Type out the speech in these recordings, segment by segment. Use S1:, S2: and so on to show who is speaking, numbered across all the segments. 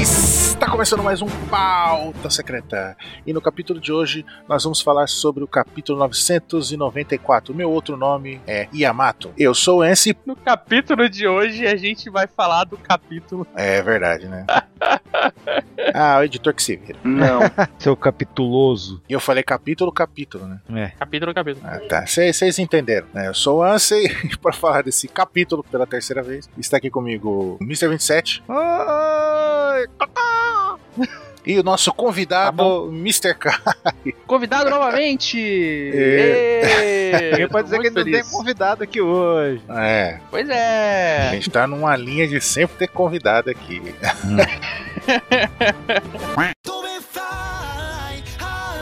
S1: Está começando mais um Pauta Secreta. E no capítulo de hoje nós vamos falar sobre o capítulo 994. Meu outro nome é Yamato. Eu sou o Ensi.
S2: No capítulo de hoje a gente vai falar do capítulo.
S1: É verdade, né? Ah, o editor que se vira.
S3: Não.
S4: Seu capituloso.
S1: E eu falei capítulo, capítulo, né?
S4: É.
S2: Capítulo, capítulo.
S1: Ah, tá. Vocês entenderam, né? Eu sou o Ansei e para falar desse capítulo pela terceira vez está aqui comigo o Mr. 27 e o nosso
S2: Tá
S1: convidado, Mr. K.
S2: Convidado novamente!
S4: Ninguém
S2: Ninguém
S4: pode dizer que ele não tem convidado aqui hoje.
S1: É,
S2: Pois
S1: a
S2: é.
S1: gente tá numa linha de sempre ter convidado aqui.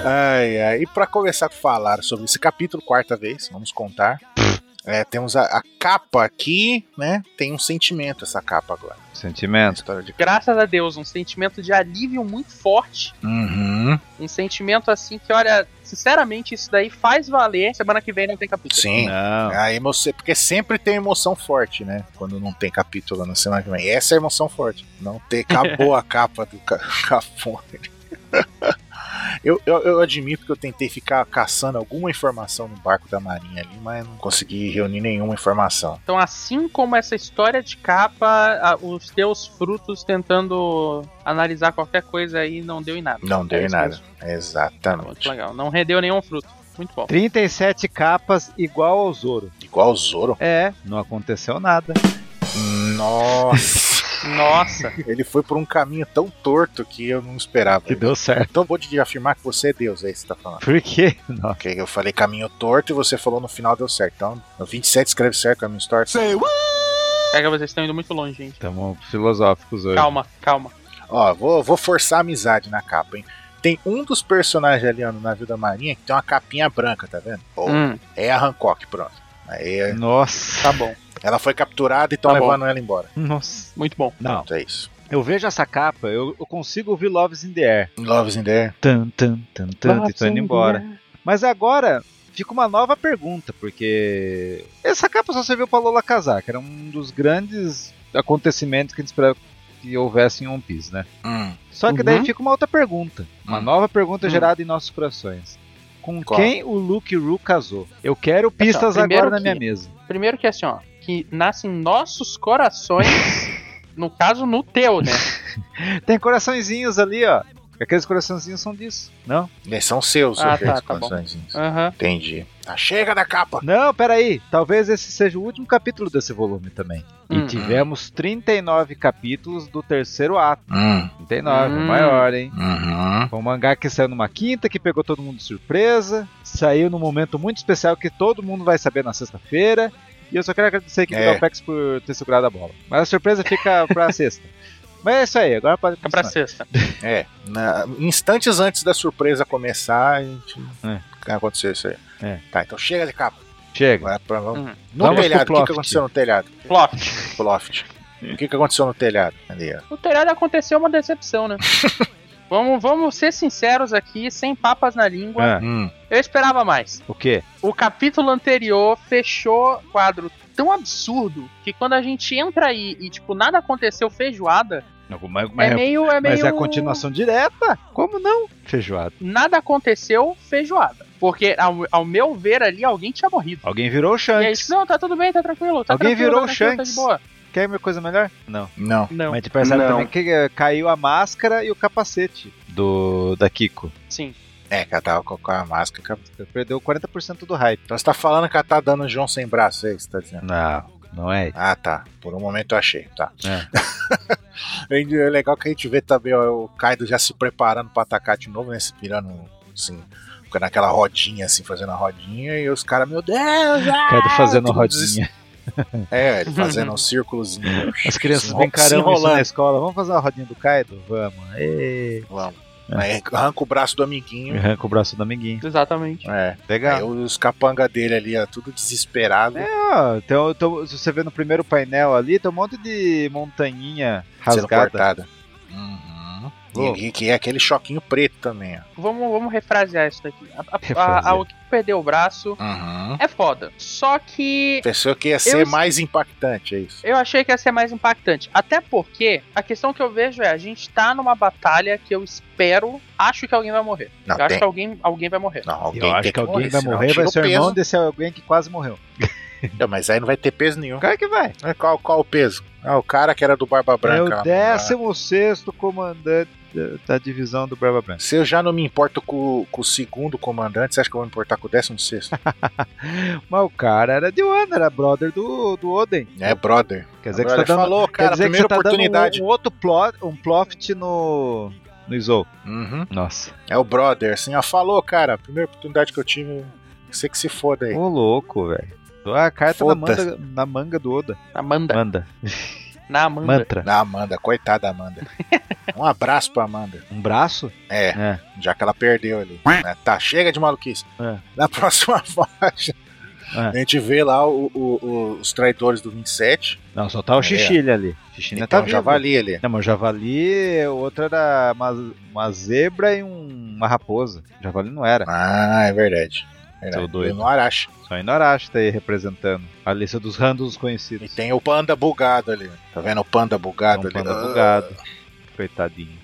S1: Ai, ai. E para começar a falar sobre esse capítulo, quarta vez, vamos contar. É, temos a, a capa aqui, né? Tem um sentimento essa capa agora. A
S4: Sentimento.
S1: história de.
S2: Graças a Deus, um sentimento de alívio muito forte.
S1: Uhum.
S2: Um sentimento assim que, olha, sinceramente, isso daí faz valer. Semana que vem não tem capítulo.
S1: Sim.
S4: Não.
S1: A emoção, porque sempre tem emoção forte, né? Quando não tem capítulo na semana que vem. E essa é a emoção forte. Não ter. Acabou a capa do ca- Cafone. Eu, eu, eu admito que eu tentei ficar caçando alguma informação no barco da Marinha ali, mas não consegui reunir nenhuma informação.
S2: Então, assim como essa história de capa, a- os teus frutos tentando analisar qualquer coisa aí não deu em nada.
S1: Não deu
S2: É
S1: em
S2: isso
S1: nada.
S2: mesmo. Muito
S1: Exatamente.
S2: legal. Não rendeu nenhum fruto. Muito bom.
S4: 37 capas igual ao Zoro.
S1: Igual o Zoro.
S4: É, não aconteceu nada.
S1: Nossa,
S2: Nossa.
S1: ele foi por um caminho tão torto que eu não esperava.
S4: Que deu certo.
S1: Então vou te afirmar que você é Deus, é isso que você tá falando.
S4: Por quê? Não.
S1: Porque eu falei caminho torto e você falou no final deu certo. Então, no 27 escreve certo caminho torto.
S2: Pega, vocês estão indo muito longe, gente.
S4: Estamos filosóficos hoje.
S2: Calma, calma.
S1: Ó, vou, vou forçar a amizade na capa, hein? Tem um dos personagens ali ó, no navio da marinha que tem uma capinha branca, tá vendo? Pô,
S2: Hum,
S1: É a Hancock, pronto.
S4: É.
S1: Aí,
S4: Nossa.
S2: tá bom.
S1: ela foi capturada e estão
S2: Tá bom.
S1: levando ela embora.
S4: Nossa.
S2: Muito bom.
S4: Não.
S1: Pronto, é isso.
S4: Eu vejo essa capa, eu, eu consigo ouvir Loves in the Air.
S1: Loves in there.
S4: Tan, tan, tan, tan, e tô indo embora. Mas agora fica uma nova pergunta, porque essa capa só serviu pra Lola casar, que era um dos grandes acontecimentos que a gente esperava que houvesse em One Piece, né?
S1: Hum,
S4: Só que
S2: Uhum.
S4: daí fica uma outra pergunta. Uma
S1: Hum.
S4: nova pergunta
S2: Hum.
S4: gerada em nossos corações. Com
S1: Qual?
S4: quem o Luke Ru casou? Eu quero pistas
S2: Então, primeiro
S4: agora na
S2: que-
S4: minha mesa.
S2: Primeiro que é assim, ó. Que nasce em nossos corações. No caso, no teu, né?
S4: Tem coraçõezinhos ali, ó. Aqueles coraçõezinhos são disso. Não?
S1: eles são seus,
S2: Ah,
S1: eu fiz
S2: tá, tá bom.
S1: coraçõezinhos.
S2: Aham.
S1: Entendi. Tá chega da capa.
S4: Não, peraí. Talvez esse seja o último capítulo desse volume também. E
S2: Hum.
S4: tivemos 39 capítulos do terceiro ato.
S1: Hum,
S4: 39,
S2: Hum.
S4: maior, hein?
S1: uhum.
S4: Foi um mangá que saiu numa quinta, que pegou todo mundo de surpresa, saiu num momento muito especial que todo mundo vai saber na sexta-feira. E eu só quero agradecer a equipe
S1: É.
S4: da OPEX por ter segurado a bola. Mas a surpresa fica pra sexta. Mas é isso aí, agora pode
S2: Fica pra
S4: continuar.
S2: sexta.
S1: É, na- instantes antes da surpresa começar, a gente... aconteceu isso aí.
S4: É.
S1: Tá, então chega de capa.
S4: Chega.
S1: Agora pra- vamos-
S2: Hum.
S1: No
S4: Vamos
S1: telhado,
S4: pro
S1: o que, que
S4: Ploft.
S1: aconteceu no telhado?
S2: Flop.
S1: Pro Loft. O que, que aconteceu no telhado? Ali, ó.
S2: No telhado aconteceu uma decepção, né? vamos, vamos ser sinceros aqui, sem papas na língua.
S4: Ah,
S1: Hum,
S2: Eu esperava mais.
S4: o quê?
S2: O capítulo anterior fechou quadro tão absurdo que quando a gente entra aí e, tipo, nada aconteceu feijoada,
S4: Não, mas,
S2: é,
S4: mas-
S2: meio. É meio...
S4: mas é a continuação direta. Como não? Feijoada.
S2: Nada aconteceu feijoada. Porque, ao, ao meu ver ali, alguém tinha morrido.
S4: Alguém virou o
S2: E aí,
S4: Shanks.
S2: não, tá tudo bem, tá tranquilo. Tá
S4: Alguém
S2: tranquilo,
S4: virou o
S2: tá tranquilo,
S4: Shanks.
S2: Tá de boa.
S4: Quer uma coisa melhor? Não.
S1: não.
S2: Não.
S4: Mas a gente percebe
S3: Não.
S4: também que eh, caiu a máscara e o capacete do da Kiko.
S2: Sim.
S1: É, que ela tava com com a máscara. que ela-
S4: Perdeu 40% do hype.
S1: Então você tá falando que ela tá dando o João sem braço, é isso que você tá dizendo?
S4: Não, não é.
S1: Ah, tá. Por um momento eu achei, tá.
S4: É.
S1: É legal que a gente vê também ó, o Kaido já se preparando pra atacar de novo, né? Se virando, assim, ficando naquela rodinha, assim, fazendo a rodinha. E os caras, meu Deus! ah!
S4: Kaido fazendo
S1: Todo mundo
S4: rodinha.
S1: É, ele fazendo um círculozinho.
S4: As crianças assim,
S1: Se enro- se
S4: brincaram isso
S1: enrolando.
S4: na escola. Vamos fazer uma rodinha do Kaido? Vamos. E...
S1: Vamos. Aí arranca o braço do amiguinho.
S4: Arranca o braço do amiguinho.
S2: Exatamente.
S1: É. Aí
S4: Legal.
S1: os capanga dele ali, ó, tudo desesperado.
S4: Ah, então, então, se você vê no primeiro painel ali, tem um monte de montanhinha
S1: sendo
S4: rasgada.
S1: cortada. Uhum.
S4: louco.
S1: E, que é aquele choquinho preto também. ó.
S2: Vamos, vamos refrasear isso daqui. A, a,
S4: Refrasear.
S2: a- a Aoki perdeu o braço
S1: Uhum.
S2: é foda. Só que
S1: Pensou que ia ser
S2: Eu-
S1: mais impactante, é isso.
S2: eu achei que ia ser mais impactante. Até porque a questão que eu vejo é: a gente tá numa batalha que eu espero, acho que alguém vai morrer.
S1: Não,
S4: Tá
S2: eu acho
S1: tem.
S2: que alguém, alguém vai morrer.
S1: Não, alguém
S4: Eu
S1: tem
S4: acho que alguém vai
S1: senão
S4: morrer, vai
S1: tira o
S4: ser o
S1: peso.
S4: irmão desse alguém que quase morreu.
S1: Não, mas aí não vai ter peso nenhum.
S4: Claro que vai.
S1: Mas Qual, qual o peso? Ah, o cara que era do Barba
S4: É
S1: Branca.
S4: o
S1: lá.
S4: 16 comandante da, da divisão do Barba Branca.
S1: Ah, Se eu já não me importo com, com o segundo comandante, você acha que eu vou me importar com o décimo sexto?
S4: Mas o cara era de Wanda, era brother do, do Oden.
S1: é, brother.
S4: Quer dizer que você
S1: Agora
S4: tá dando,
S1: falou,
S4: quer
S1: cara,
S4: dizer que
S1: primeira
S4: você tá dando
S1: oportunidade.
S4: um, um outro plot, um ploft no, no Izou.
S1: Uhum.
S4: Nossa.
S1: É o brother, assim, ó. Falou, cara, primeira oportunidade que eu tive, você que se foda aí.
S4: Ô louco, velho. A carta na
S1: Foda-se.
S4: manga, na manga do Oda.
S2: Na Amanda.
S4: Manda.
S2: Na Amanda.
S4: Mantra.
S1: Da Amanda, coitada da Amanda. um abraço pra Amanda.
S4: Um braço?
S1: É,
S4: É.
S1: já que ela perdeu ali. né? Tá, chega de maluquice.
S4: É.
S1: Na próxima faixa,
S4: É.
S1: a gente vê lá o- o- o- os traidores do 27.
S4: Não, só
S1: É.
S4: tá o xixilha ali. Xixilha
S1: então
S4: tá vivo.
S1: já valia ali.
S4: Não, mas o javali, é outra era uma, uma zebra e um- uma raposa. O javali não era.
S1: Ah, é verdade. verdade.
S4: Seu doido.
S1: E no Arashi.
S4: Só a Inuarashi tá aí representando. A lista dos randos
S1: E
S4: conhecidos.
S1: tem o panda bugado ali. Tá vendo o panda
S4: É
S1: bugado
S4: um
S1: ali?
S4: panda
S1: Ah.
S4: bugado. Coitadinho.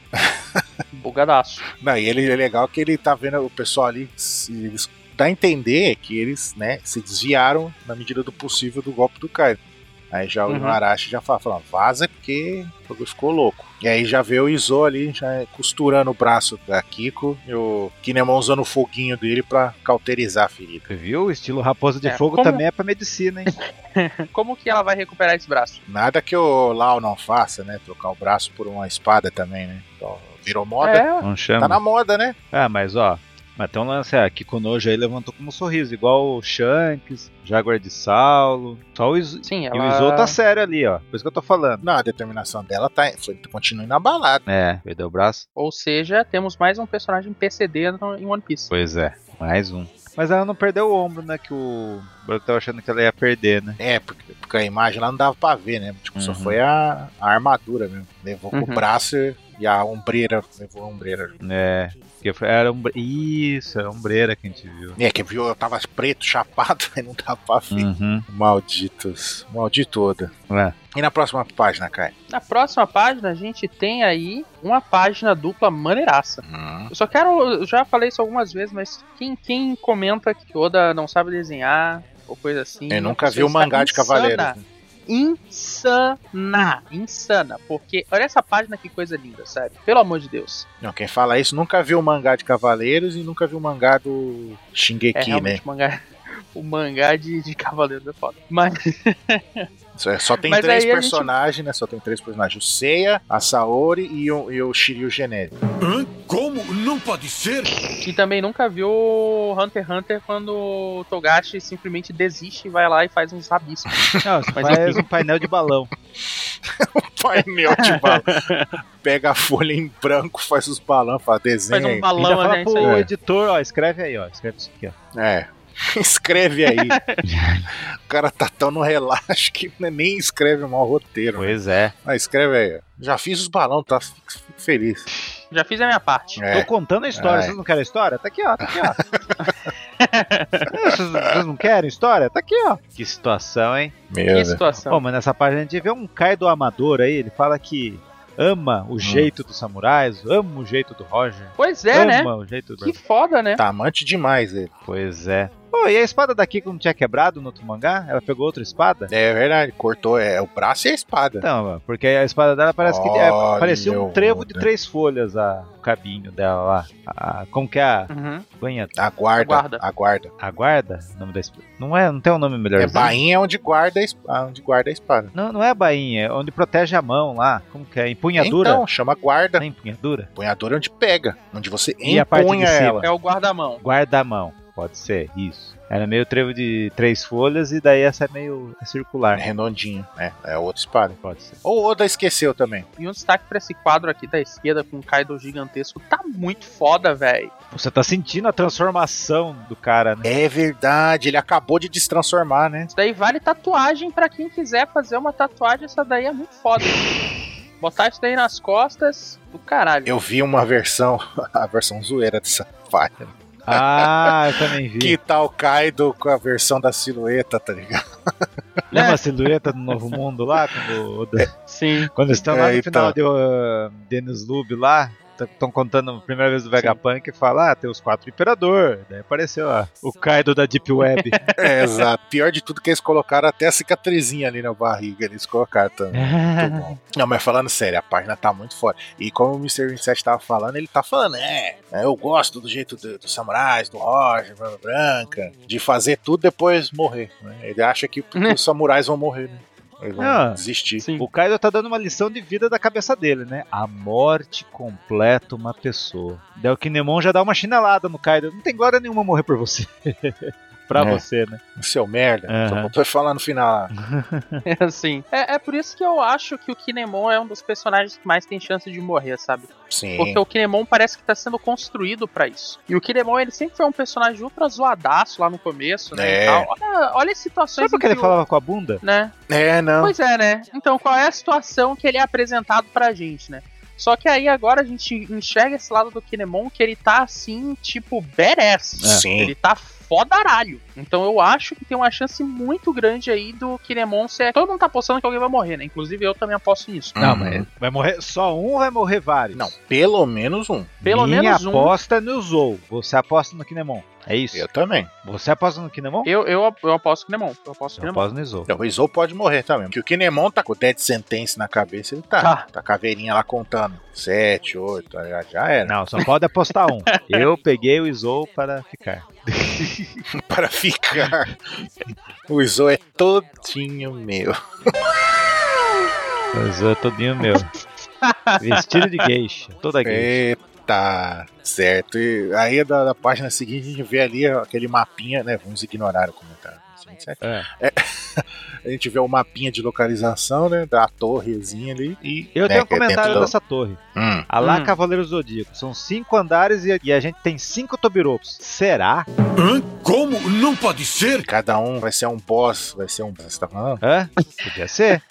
S2: Bugadaço.
S1: Não, e ele é legal que ele tá vendo o pessoal ali. se- Eles, dá a entender que eles, né, se desviaram na medida do possível do golpe do Kaido. Aí já o
S2: Uhum.
S1: Inuarashi já fala, fala, vaza porque o bagulho ficou louco. E aí já vê o Izo ali, já costurando o braço da Kiko e o Kinemon usando o foguinho dele pra cauterizar a ferida.
S4: Você viu? O estilo raposa de
S2: É,
S4: fogo
S2: como-
S4: também é pra medicina, hein?
S1: Tá
S2: Como que ela vai recuperar esse braço?
S1: Nada que o Lau não faça, né, trocar o braço por uma espada também, né. Então, virou moda.
S2: É,
S4: Não
S1: Tá
S4: chama.
S1: na moda, né?
S4: Ah, mas ó. Mas tem um lance, a Kikonojo aí levantou como um sorriso, igual o Shanks, Jaguar de Saulo. Só o Izo...
S2: sim,
S4: E
S2: ela...
S4: o Izo tá sério ali, ó. Por isso que eu tô falando.
S1: Não, a determinação dela tá, foi, continua inabalada.
S4: É, perdeu o braço.
S2: Ou seja, temos mais um personagem PCD no- em One Piece.
S4: Pois é, mais um. Mas ela não perdeu o ombro, né? Que o Brock tava achando que ela ia perder, né?
S1: É, porque, porque a imagem lá não dava pra ver, né? Tipo, só
S4: Uhum.
S1: foi a, a armadura mesmo. Levou com
S2: Uhum.
S1: o braço e a ombreira. Levou a ombreira.
S4: É. Porque foi- era ombre... Isso, era a ombreira que a gente viu.
S1: É, que viu, eu tava preto, chapado, aí não dava pra
S2: Hum.
S1: ver.
S4: Uhum.
S1: Malditos. Maldito Oda.
S4: É.
S1: E na próxima página, Kai?
S2: Na próxima página, a gente tem aí uma página dupla maneiraça. Eu só quero. Eu já falei isso algumas vezes, mas quem, quem comenta que Oda não sabe desenhar ou coisa assim.
S1: Eu nunca
S2: você
S1: vi o
S2: está
S1: mangá de Cavaleiros. né?
S2: insana, Insana, insana, porque olha essa página que coisa linda, sério. Pelo amor de Deus,
S1: Não, quem fala isso nunca viu o mangá de Cavaleiros e nunca viu o mangá do
S2: é
S1: Shingeki, né?
S2: realmente mangá, o mangá de, de Cavaleiros é foda. Mas
S1: Só, é, só tem
S2: Mas
S1: três
S2: aí a
S1: personagens, né? Só tem três personagens. O Seiya, a Saori e o, e o Shiryu genérico.
S3: Hã? Como? Não pode ser!
S2: e também nunca viu Hunter x Hunter quando o Togashi simplesmente desiste e vai lá e faz uns rabiscos.
S4: Não,
S2: Mas
S4: faz um painel de balão.
S1: painel de balão. Pega a folha em branco, faz os balões, faz desenho.
S2: Faz um
S1: aí.
S4: Ainda
S2: balão,
S4: fala
S2: né? Isso
S4: pro
S2: aí.
S4: editor, ó, escreve aí, ó. Escreve isso aqui, ó.
S1: É. Escreve aí. o cara tá tão no relaxo que é nem escreve mal o roteiro. né?
S4: Pois é.
S1: Ah, escreve aí. ó. Já fiz os balão, tá? Fico fico feliz.
S2: Já fiz a minha parte.
S1: É.
S4: Tô contando a história.
S1: Ai.
S4: Vocês não querem a história? Tá aqui, ó. Tá aqui, ó. É, vocês, vocês não querem história? Tá aqui, ó. Então. Que situação, hein?
S1: Meu
S2: Que
S1: Deus.
S2: situação.
S4: Bom, mas nessa página a gente vê um Kaido amador aí. Ele fala que ama o jeito dos samurais, ama o jeito do Roger.
S2: Pois é,
S4: ama
S2: né?
S4: o jeito do...
S2: Que foda, né?
S1: Tá amante demais ele.
S4: Pois é. Pô, e a espada da Kiko não tinha quebrado no outro mangá? Ela pegou outra espada?
S1: É verdade, cortou é, o braço e a espada.
S4: Então, porque a espada dela parece que é,
S1: Olha,
S4: parecia um trevo de
S1: Oda.
S4: três folhas, a, o cabinho dela lá. A- como que é a
S2: Uhum.
S4: banha?
S1: Aguarda,
S2: Aguarda.
S1: aguarda.
S4: A guarda? O nome da espada. Não é, não tem um nome melhor.
S1: É bainha onde guarda, a esp- ah, onde guarda a espada.
S4: Não, não é a bainha, é onde protege a mão lá. Como que é? Empunhadura?
S1: Então, chama guarda.
S4: Não é empunhadura?
S1: Empunhadura é onde pega, onde você
S4: E a parte de
S1: empunha
S4: cima?
S1: ela.
S2: É o guarda-mão.
S4: Guarda-mão. Pode ser, isso. Era meio trevo de três folhas e daí essa é meio circular.
S1: É Redondinho, né? É outra espada.
S4: Pode ser.
S1: Ou Oda esqueceu também.
S2: E um destaque pra esse quadro aqui da esquerda com o Kaido gigantesco. Tá muito foda, velho.
S4: Você tá sentindo a transformação do cara, né?
S1: É verdade, ele acabou de destransformar, né?
S2: Isso daí vale tatuagem pra quem quiser fazer uma tatuagem. Essa daí é muito foda. Botar isso daí nas costas do caralho.
S1: Eu vi uma versão, a versão zoeira dessa página.
S4: Ah, eu também vi.
S1: Que tal Kaido com a versão da silhueta, tá ligado? né?
S4: Lembra a silhueta do Novo Mundo lá? Quando,
S2: Sim.
S4: quando eles estão lá
S1: É,
S4: no final
S1: então.
S4: de uh, Dennis Lube lá, estão contando a primeira vez do Vegapunk e fala, ah, tem os quatro imperador. Daí apareceu ó, o Kaido da Deep Web.
S1: É, exato. Pior de tudo que eles colocaram até a cicatrizinha ali na barriga, eles colocaram também. Muito bom. Não, mas falando sério, a página tá muito foda. E como o Mr. 27 tava falando, ele tá falando, é, é, eu gosto do jeito do- dos samurais, do Roger, Barba Branca, de fazer tudo depois morrer. né? Ele acha que porque os samurais vão morrer, né? Eles vão
S4: Ah,
S1: desistir.
S2: Sim.
S4: o Kaido tá dando uma lição de vida da cabeça dele, né? A morte completa uma pessoa. Daí o Kinemon já dá uma chinelada no Kaido. Não tem glória nenhuma morrer por você. pra
S1: É.
S4: você, né?
S1: Seu merda.
S4: Aham. Uhum.
S1: Só faltou ele falar no final. "Ah,
S2: É assim. É, é por isso que eu acho que o Kinemon é um dos personagens que mais tem chance de morrer, sabe?
S1: Sim.
S2: Porque o Kinemon parece que tá sendo construído pra isso. E o Kinemon, ele sempre foi um personagem ultra zoadaço lá no começo, né?
S1: É.
S2: E tal. Olha, olha as situações.
S4: Sabe
S2: em
S4: o que ele
S2: o-
S4: falava com a bunda?
S2: Né?
S1: É, não.
S2: Pois é, né? Então, qual é a situação que ele é apresentado pra gente, né? Só que aí agora a gente enxerga esse lado do Kinemon que ele tá assim, tipo, badass.
S1: É. Sim.
S2: Ele tá fodaralho. Então eu acho que tem uma chance muito grande aí do Kinemon ser. Todo mundo tá apostando que alguém vai morrer, né? Inclusive eu também aposto nisso.
S1: Não, mas-
S4: "Hum, vai morrer só um ou vai morrer vários?
S1: Não, pelo menos um.
S2: Pelo
S4: Minha
S2: menos um.
S4: aposta é no Zou. Você aposta no Kinemon. É isso.
S1: Eu também.
S4: Você aposta no Kinemon?
S2: Eu, eu, eu aposto Kinemon. Eu aposto
S4: Eu
S2: Kinemon.
S4: aposto no Zou.
S1: Não, o Izou pode morrer também. Porque o Kinemon tá com o Dead Sentence na cabeça, ele tá.
S2: Tá.
S1: Tá a caveirinha lá contando. Sete, oito, tá ligado? já era.
S4: Não, só pode apostar um. Eu peguei o Izou para ficar.
S1: Para ficar. o Izou é todinho meu.
S4: O Izou é todinho meu. Vestido de geisha. Toda geisha.
S1: Eita. Certo. E aí da, da página seguinte a gente vê ali aquele mapinha, né? Vamos ignorar o comentário.
S4: É.
S1: A gente vê o mapinha de localização, né? Da torrezinha ali. E,
S4: Eu
S1: né,
S4: tenho um
S1: que é
S4: comentário
S1: dentro do-
S4: dessa torre.
S1: Hum.
S4: A lá
S2: Hum.
S4: Cavaleiro Zodíaco. São cinco andares e a, e a gente tem cinco tobiropos. Será?
S3: Hã? Como? Não pode ser!
S1: Cada um vai ser um boss, vai ser um. Você tá falando?
S4: Hã? Podia ser?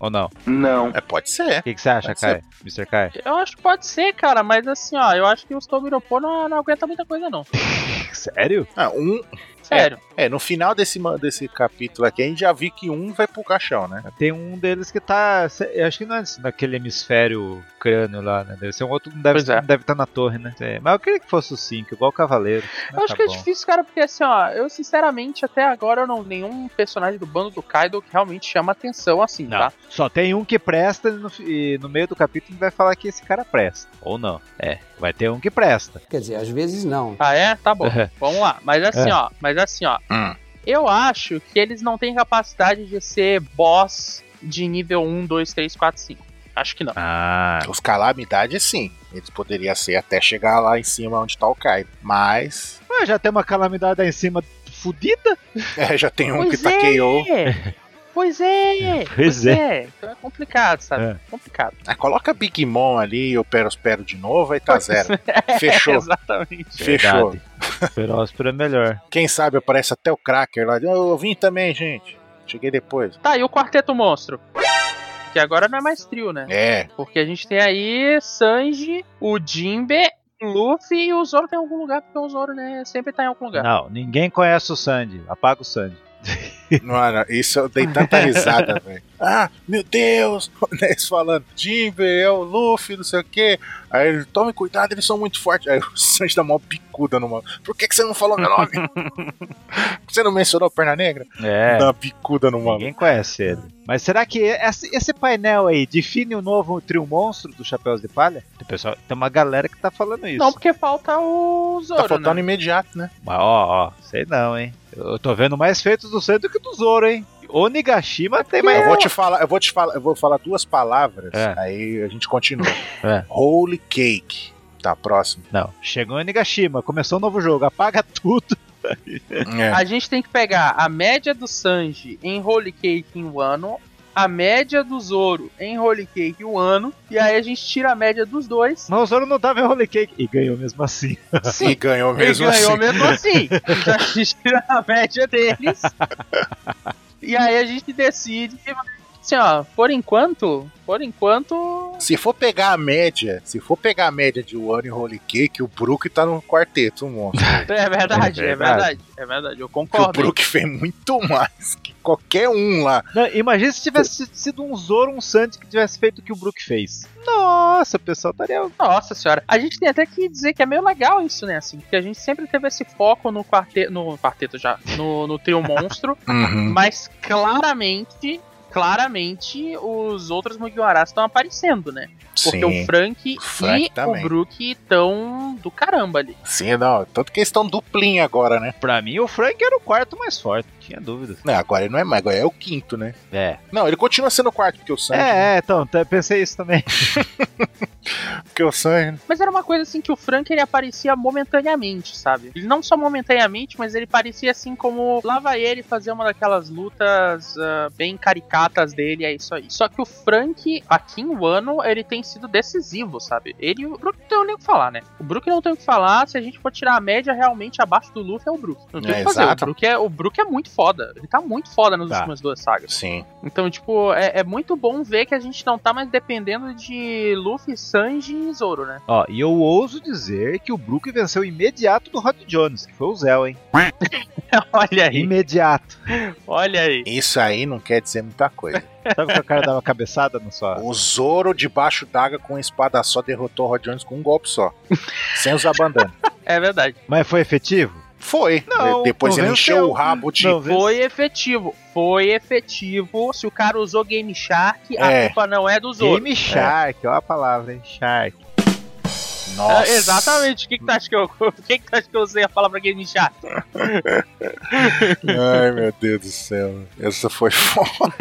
S4: ou não? O
S1: É, pode ser.
S4: que, que você acha,
S1: Pode ser.
S4: Kai? Mr. Kai?
S2: Eu acho que pode ser, cara, mas assim, ó, eu acho que os Tobiropô não, não aguenta muita coisa, não.
S4: É. Sério?
S1: Ah, um,
S2: Sério.
S1: É, no final desse, ma- desse capítulo aqui, a gente já viu que um vai pro caixão, né?
S4: Tem um deles que tá. Eu acho que não é naquele hemisfério crânio lá, né? Deve ser um outro que não deve
S2: Pois é.
S4: estar na torre, né? É, Mas eu queria que fosse o 5, igual o Cavaleiro. Mas
S2: Eu acho
S4: tá
S2: que é
S4: bom.
S2: difícil, cara, porque assim, ó, eu sinceramente até agora eu não nenhum personagem do bando do Kaido que realmente chama atenção assim,
S4: Não,
S2: tá?
S4: só tem um que presta e no, fi- e no meio do capítulo vai falar que esse cara presta. Ou não. É, vai ter um que presta.
S5: Quer dizer, às vezes não.
S2: Ah, é? Tá bom. Vamos lá. Mas assim,
S4: É.
S2: ó, mas assim, ó,
S1: Hum.
S2: eu acho que eles não têm capacidade de ser boss de nível 1, 2, 3, 4, 5. Acho que não.
S4: Ah,
S1: Os calamidades, sim. Eles poderiam ser até chegar lá em cima onde tá o Kaido. Mas.
S4: mas já tem uma calamidade aí em cima fudida?
S1: é, já tem um
S2: pois
S1: que tá
S2: é.
S1: KO.
S2: Pois é.
S4: Pois é.
S2: Então é complicado, sabe?
S4: É.
S2: Complicado.
S1: Ah, coloca Big Mom ali, eu pero, espero de novo, aí tá zero.
S2: é.
S1: Fechou.
S2: Exatamente.
S1: Fechou.
S4: Verdade. Feróspero é melhor.
S1: Quem sabe aparece até o Cracker lá. Eu, eu vim também, gente. Cheguei depois.
S2: Tá, e o quarteto monstro? Que agora não é mais trio, né?
S1: É,
S2: Porque a gente tem aí Sanji, o Jinbe, Luffy e o Zoro tem algum lugar, porque o Zoro, né, sempre tá em algum lugar.
S4: Não, ninguém conhece o Sandy. Apaga o Sandy.
S1: mano, isso eu dei tanta risada, velho. Ah, meu Deus! Eles falando, Jimbe, é o Luffy, não sei o quê. Aí ele, tome cuidado, eles são muito fortes. Aí o Sanji dá uma bicuda no maluco. Por que, que você não falou meu nome? Por que você não mencionou Perna Negra?
S4: É.
S1: Dá uma bicuda no maluco.
S4: Ninguém conhece ele. Mas será que esse esse painel aí define o novo trio monstro do Chapéus de Palha? Tem, pessoal, tem uma galera que tá falando isso.
S2: Não, porque falta o Zoro,
S1: Tá faltando
S2: né?
S1: imediato, né?
S4: Mas ó, ó, sei não, hein? Eu tô vendo mais feitos do centro que do Zoro, hein? O Nigashima tem mais.
S1: Eu vou te falar, eu vou te falar, eu vou falar duas palavras,
S4: É.
S1: aí a gente continua.
S4: É.
S1: Holy cake. Tá, próximo.
S4: Não, chegou o Nigashima, começou um novo jogo, apaga tudo.
S1: É.
S2: A gente tem que pegar a média do Sanji em Holy Cake em um ano, a média do Zoro em Holy Cake em um ano, e aí a gente tira a média dos dois.
S4: Mas o Zoro não tava em Holy Cake. E ganhou mesmo assim.
S1: E
S2: Sim,
S1: ganhou
S2: ele
S1: mesmo
S2: ganhou
S1: assim.
S2: mesmo assim. Então a gente tira a média deles. e aí a gente decide Assim, ó, por enquanto, por enquanto,
S1: Se for pegar a média, se for pegar a média de One Holy Cake, o Brook tá no quarteto, monstro.
S2: é verdade, é verdade, é
S4: É verdade.
S2: verdade,
S1: Porque
S2: eu
S1: o
S2: concordo.
S1: Brook fez muito mais que qualquer um lá.
S4: Não, imagina se tivesse sido um Zoro, um Sandy que tivesse feito o que o Brook fez. Nossa, o pessoal estaria.
S2: Nossa senhora, a gente tem até que dizer que é meio legal isso, né? Assim, porque a gente sempre teve esse foco no quarteto, no quarteto já, no, no trio monstro, mas claramente, claramente os outros Mugiwaras estão aparecendo, né? Porque o
S1: Sim,
S2: Frank,
S1: O Frank
S2: e
S1: também.
S2: o Brook estão do caramba ali.
S1: sim, não. Tanto que eles estão duplinha agora, né?
S4: Pra mim, o Frank era o quarto mais forte, não tinha dúvida.
S1: Não, agora ele não é mais, agora é o quinto, né?
S4: É.
S1: Não, ele continua sendo o quarto, porque o Sanji.
S4: É, é, então, t- pensei isso também.
S1: Porque o Sanji.
S2: Mas era uma coisa assim que o Frank ele aparecia momentaneamente, sabe? Ele não só momentaneamente, mas ele parecia assim como lá vai ele fazer uma daquelas lutas ah, bem caricatas dele, é isso aí. Só que o Frank, aqui em ano, ele tem sido decisivo, sabe? Ele e o Brook não tem nem o que falar, né? O Brook não tem o que falar, se a gente for tirar a média realmente abaixo do Luffy é o Brook. Não tem o
S1: É,
S2: que fazer. O
S1: exato.
S2: Brook, é, o Brook é muito foda. Ele tá muito foda nas
S4: Tá.
S2: últimas duas sagas.
S1: Sim.
S2: Então, tipo, é, é muito bom ver que a gente não tá mais dependendo de Luffy, Sanji e Zoro, né?
S4: Ó, e eu ouso dizer que o Brook venceu imediato do Rod Jones, que foi o Zell, hein?
S2: Olha
S4: Hum.
S2: aí,
S4: É, Imediato.
S2: olha aí.
S1: Isso aí não quer dizer muita coisa.
S4: Sabe que o cara dava cabeçada na sua.
S1: O Zoro, debaixo d'água, com uma espada só, derrotou o Rod Jones com um golpe só. sem usar bandana.
S2: É verdade.
S4: Mas foi efetivo?
S1: Foi.
S4: Não,
S1: Depois
S4: não
S1: ele
S4: venceu.
S1: encheu o rabo de.
S4: Não, venceu.
S2: Tipo, Foi efetivo, foi efetivo. Se o cara usou Game Shark, a
S1: É.
S2: culpa não é do Zoro.
S4: Game Shark, ó a palavra, hein? Shark.
S1: Nossa.
S2: É, exatamente, o que, que tu acha que eu. O que, que tu acha que eu usei a palavra Game Shark?
S1: Ai, meu Deus do céu. Essa foi foda.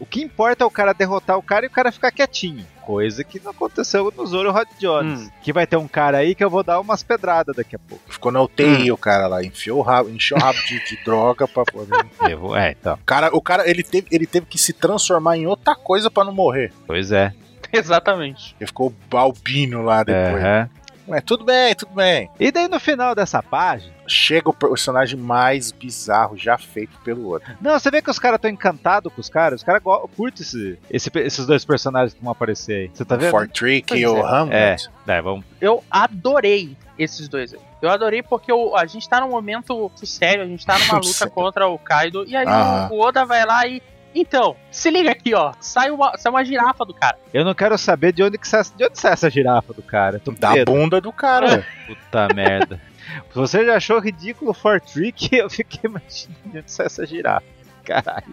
S4: O que importa é o cara derrotar o cara e o cara ficar quietinho. Coisa que não aconteceu no Zoro Rod Jones.
S2: Hum.
S4: Que vai ter um cara aí que eu vou dar umas pedradas daqui a pouco.
S1: Ficou na UTI o cara lá. Enfiou o rabo, encheu o rabo de, de droga pra poder.
S4: é, então.
S1: O cara, o cara ele, teve, ele teve que se transformar em outra coisa pra não morrer.
S4: Pois é.
S2: Exatamente.
S1: Ele ficou albino lá depois.
S4: é.
S1: Mas tudo bem, tudo bem.
S4: E daí no final dessa página.
S1: Chega o personagem mais bizarro já feito pelo outro.
S4: Não, você vê que os caras estão encantados com os caras. Os caras go- curtem esse- esse- esses dois personagens que vão aparecer aí. Você tá
S1: Tá
S4: vendo?
S1: Fortrick e
S2: Pois
S1: o
S2: é.
S1: Hammond.
S4: É. É, vamos.
S2: Eu adorei esses dois aí. Eu adorei porque o- a gente tá num momento sério, a gente tá numa luta
S1: Sério.
S2: contra o Kaido. E aí
S1: Aham.
S2: o, o Oda vai lá e. Então, se liga aqui, ó. Sai uma, sai uma girafa do cara.
S4: Eu não quero saber de onde que sai, de onde sai essa girafa do cara. Eu Tô com
S1: Da
S4: medo. É.
S1: bunda do cara.
S4: Puta merda. Se você já achou ridículo o Fortrick, eu fiquei imaginando de onde sai essa girafa. Caralho.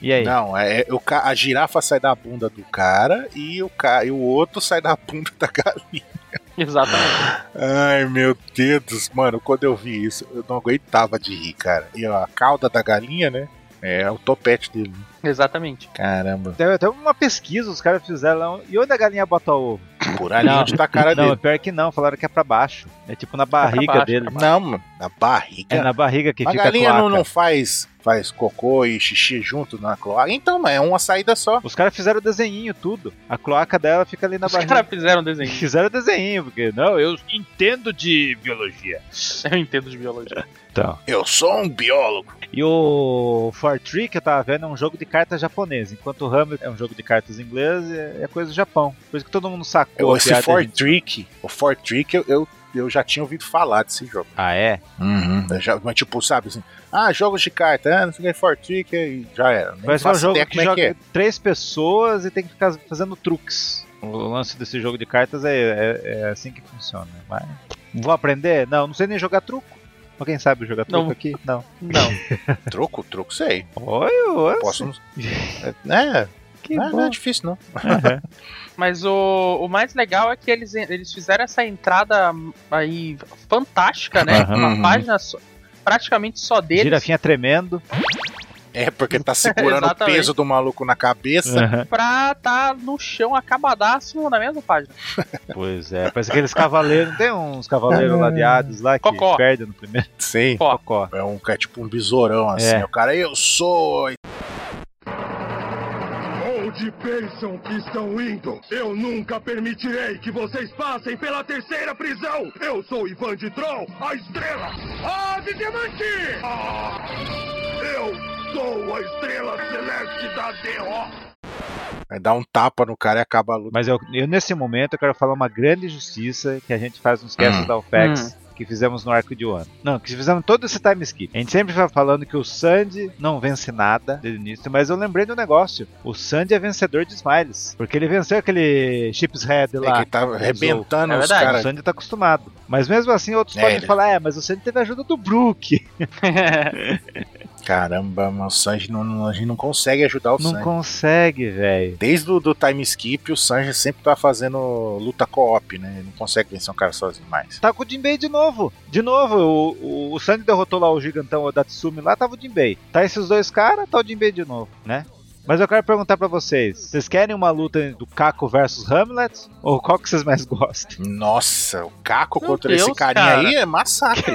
S4: E aí?
S1: Não, é, é- o, ca- a girafa sai da bunda do cara e o, ca, e o outro sai da bunda da galinha.
S2: Exatamente.
S1: Ai, meu Deus, mano, quando eu vi isso, eu não aguentava de rir, cara. E ó, a cauda da galinha, né? É o topete dele.
S2: Exatamente.
S1: Caramba,
S4: Teve até uma pesquisa, os caras fizeram lá. um- E onde a galinha bota o ovo?
S1: por ali
S4: Não.
S1: onde tá a cara
S4: não,
S1: dele.
S4: pior que não, falaram que é pra baixo. É tipo na barriga
S2: baixo,
S4: dele.
S1: Não, mano, na barriga.
S4: É na barriga que
S1: a
S4: fica
S1: galinha
S4: a
S1: não,
S4: cloaca.
S1: não faz, faz cocô e xixi junto na cloaca. Então, mas é uma saída só.
S4: Os caras fizeram o desenhinho, tudo. A cloaca dela fica ali na
S2: Os
S4: Tá barriga.
S2: caras fizeram um desenho.
S4: Fizeram o desenhinho, porque não, eu entendo de biologia.
S2: Eu entendo de biologia.
S4: Então.
S1: Eu sou um biólogo.
S4: E o Fortrick, eu tava vendo, é um jogo de cartas japonês, enquanto o Hamlet é um jogo de cartas inglês e é coisa do Japão. Por isso que todo mundo sacou. a
S1: Esse
S4: piada,
S1: Fort
S4: gente.
S1: Trick, o Fort Trick, eu, eu, eu já tinha ouvido falar desse jogo.
S4: Ah, é?
S1: Eu já- mas tipo, sabe assim, ah, jogos de carta, ah, não sei o que, Fort Trick, e já era. Nem
S4: Parece que é um
S1: faço
S4: jogo
S1: ideia
S4: que joga três pessoas e tem que ficar fazendo truques. O lance desse jogo de cartas é, é- é assim que funciona. Mas... Vou aprender? Não, não sei nem jogar truco. Alguém sabe jogar truco
S2: Não.
S4: aqui? Não.
S2: Não.
S1: é. Troco, troco, sei.
S4: Oi, oi.
S1: Posso. É,
S4: Que
S1: não é, não
S4: bom.
S1: é difícil não.
S4: Aham.
S2: Mas o, o mais legal é que eles, eles fizeram essa entrada aí fantástica, né?
S4: Aham.
S2: Uma
S1: Uhum.
S2: página só- praticamente só deles.
S4: Girafinha tremendo.
S1: É, porque tá segurando o
S2: Exatamente.
S1: peso do maluco na cabeça.
S4: Aham.
S2: Pra tá no chão acabadaço na mesma página.
S4: Pois é, parece aqueles cavaleiros. Não tem uns cavaleiros ladeados lá que
S2: Cocó.
S4: perdem no primeiro
S1: Sim.
S2: Ó,
S4: cocó.
S1: É, um, é tipo um besourão, assim.
S4: É.
S1: O cara, eu sou
S3: Onde pensam que estão indo? Eu nunca permitirei que vocês passem pela terceira prisão! Eu sou Ivan de Troll, a estrela! Ave diamante! Ah, eu sou a estrela celeste da derrota.
S1: Aí dá um tapa no cara e acaba a luta.
S4: Mas eu, eu, nesse momento eu quero falar uma grande justiça que a gente faz nos
S1: Hum.
S4: casts da UFEX. Que fizemos no arco de Wano. Não, que fizemos todo esse time skip. A gente sempre vai falando que o Sandy não vence nada desde o início, mas eu lembrei do negócio. O Sandy é vencedor de Smiles. Porque ele venceu aquele Chips Head
S1: É
S4: lá.
S1: que tá arrebentando
S2: É
S1: os
S2: verdade,
S4: Cara, o
S1: caras.
S4: Sandy tá acostumado. Mas mesmo assim, outros
S1: É,
S4: podem
S1: ele-
S4: falar: é, mas o Sandy teve a ajuda do Brook.
S1: Caramba, mas o Sanji não, não- a gente não consegue ajudar o
S4: Não
S1: Sanji.
S4: consegue, velho.
S1: Desde o do time skip, o Sanji sempre tá fazendo luta co-op, né? Ele não consegue vencer um cara sozinho mais.
S4: Tá com o Jinbei de novo. De novo, o, o, o Sandy derrotou lá o gigantão o Datsumi, lá tava o Jinbei. Tá esses dois caras, tá o Jinbei de novo, né? Mas eu quero perguntar pra vocês, vocês querem uma luta do Kako versus Hamlet? Ou qual que vocês mais gostam?
S1: Nossa, o Caco
S2: Meu
S1: contra esse
S2: Deus,
S1: carinha
S2: cara.
S1: aí é massacre.